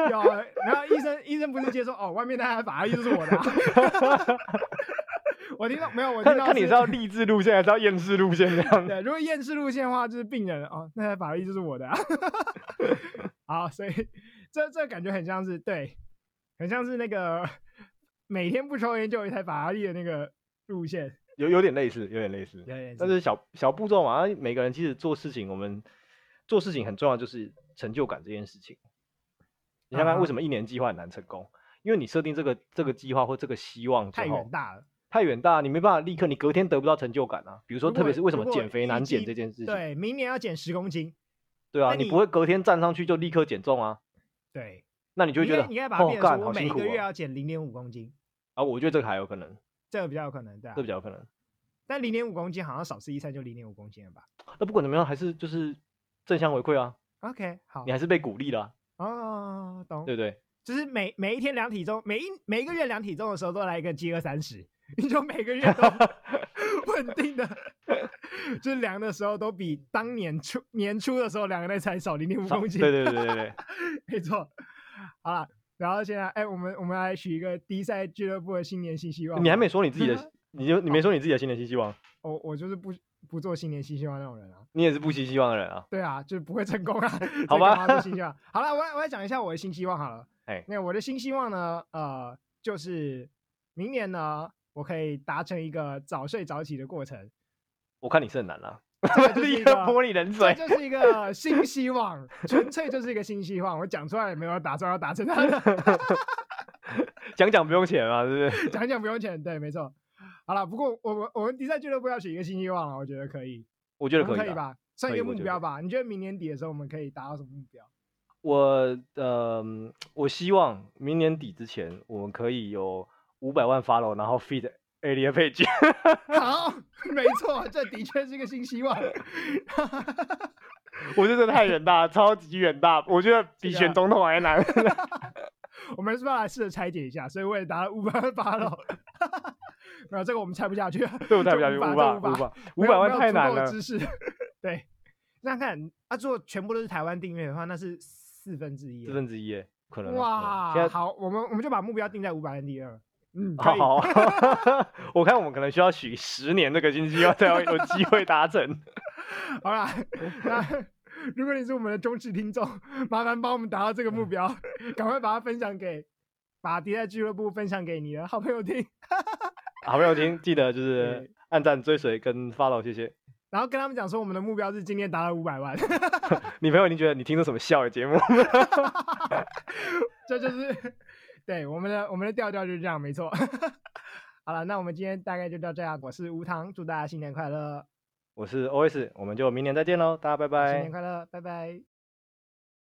有啊，然后医生医生不是接说哦，外面那台法拉利就是我的、啊。 我听到没有？？”我听
看
到
看你是
道。
要励志路线还是要厌世路线这 样？
对，如果厌世路线的话，就是病人哦，那台法拉利就是我的、啊。 好，所以这这感觉很像是对，很像是那个每天不抽烟就有一台法拉利的那个路线，
有有点类似，有点类 似。
有点
但是小小步骤嘛，啊每个人其实做事情，我们做事情很重要，就是成就感这件事情。你想想
啊
看，
哈
为什么一年计划很难成功？因为你设定这个这个计划或这个希望之
太
后
远大了。
太远大，你没办法立刻，你隔天得不到成就感啊。比如说，
如
特别
果
是为什
如
么
果
减肥
预
难减
计
这件事情，
对，明年要减十公斤，
对啊，
那
你
你
不会隔天站上去就立刻减重啊，
对，
那你就会
你
觉
应
得
该你应该把它
哦
变成
干
说
好
我
辛
每
苦
个月
啊。
要减零点五公斤，
啊，我觉得这个还有可能，
这个比较有可能，对啊
这。比较有可能。
但零点五公斤好像少吃一餐就零点五公斤了吧
那不管怎么样，还是就是正向回馈啊，
？OK，好
你，还是被鼓励了啊、
哦，懂，
对不对？
就是每每一天量体重，每一每一个月量体重的时候都来一个饥饿三十，你就每个 月都稳定的，就是量的时候都比当年初年初的时候量的那餐少零点五
少
公斤，
对对 对对
啊
对，
没错。好了，然后现在哎、我们我们来许一个低赛俱乐部的新年新希望。
你还没，说你自 己的，你就你没说你自己的新年新希望，
我我就是不不做新年新希望那种人啊。
你也是不惜希望的人啊。
对啊，就是不会成功啊。
好
所以
吧
干嘛做新希望。好了，我来我来讲一下我的新希望好了。
哎
那我的新希望呢，呃，就是明年呢，我可以达成一个早睡早起的过程，
我看你是很难啦、
这个就是一
立
个
刻泼你冷
这
水。
就是一个新希望，纯粹就是一个新希望。我讲出来也没有打算要达成它的，
讲讲不用钱啊，对不对？
讲讲不用钱，对，没错。好了，不过我们我们迪赛俱乐部要取一个新希望了，啊我觉得可以，
我觉得
我们
可
可
以啦。
吧？算一
可以
个
我
目
觉得
标
可以
吧。你觉得明年底的时候我们可以达到什么目 标？
我呃，我希望明年底之前，我们可以有五百万 follow，然后 feed A 的配置。
好，没错，这的确是一个新希望。
我觉得太远大，超级远大，我觉得
这
比
个
选总统还 难。
我们是不是要来试着拆解一下？所以我也打了五百八 了。没有这个我们拆不下去，
对我太不下去，
这
五
无法
百
这无
万五
法
百
没
五
有
百
没
万
有
太
足
难
够的
了。
知识， 对，想想看，啊，如果全部都是台湾订阅的话，那是四分之一耶。
四分之一耶，不可能啊。嗯
哇，
现在
好，我们我们就把目标定在五百万第二。嗯，可以。
好 好，我看我们可能需要许十年这个星期，要才有有机会达成。
好啦，那如果你是我们的忠实听众，麻烦帮我们达到这个目标，
嗯
赶快把它分享给把迪赛俱乐部分享给你的好朋友听，
好朋友听，记得就是按赞、追随跟 follow，谢谢。
然后跟他们讲说我们的目标是今天达到五百万，
你朋友一定觉得你听的什么笑的节目？
这就是对我们的我们的调调就是这样，没错。 好了，那我们今天大概就到这样。我是吴糖，祝大家新年快乐，
我是 OS，我们就明年再见喽，大家拜拜。
新年快乐，拜拜。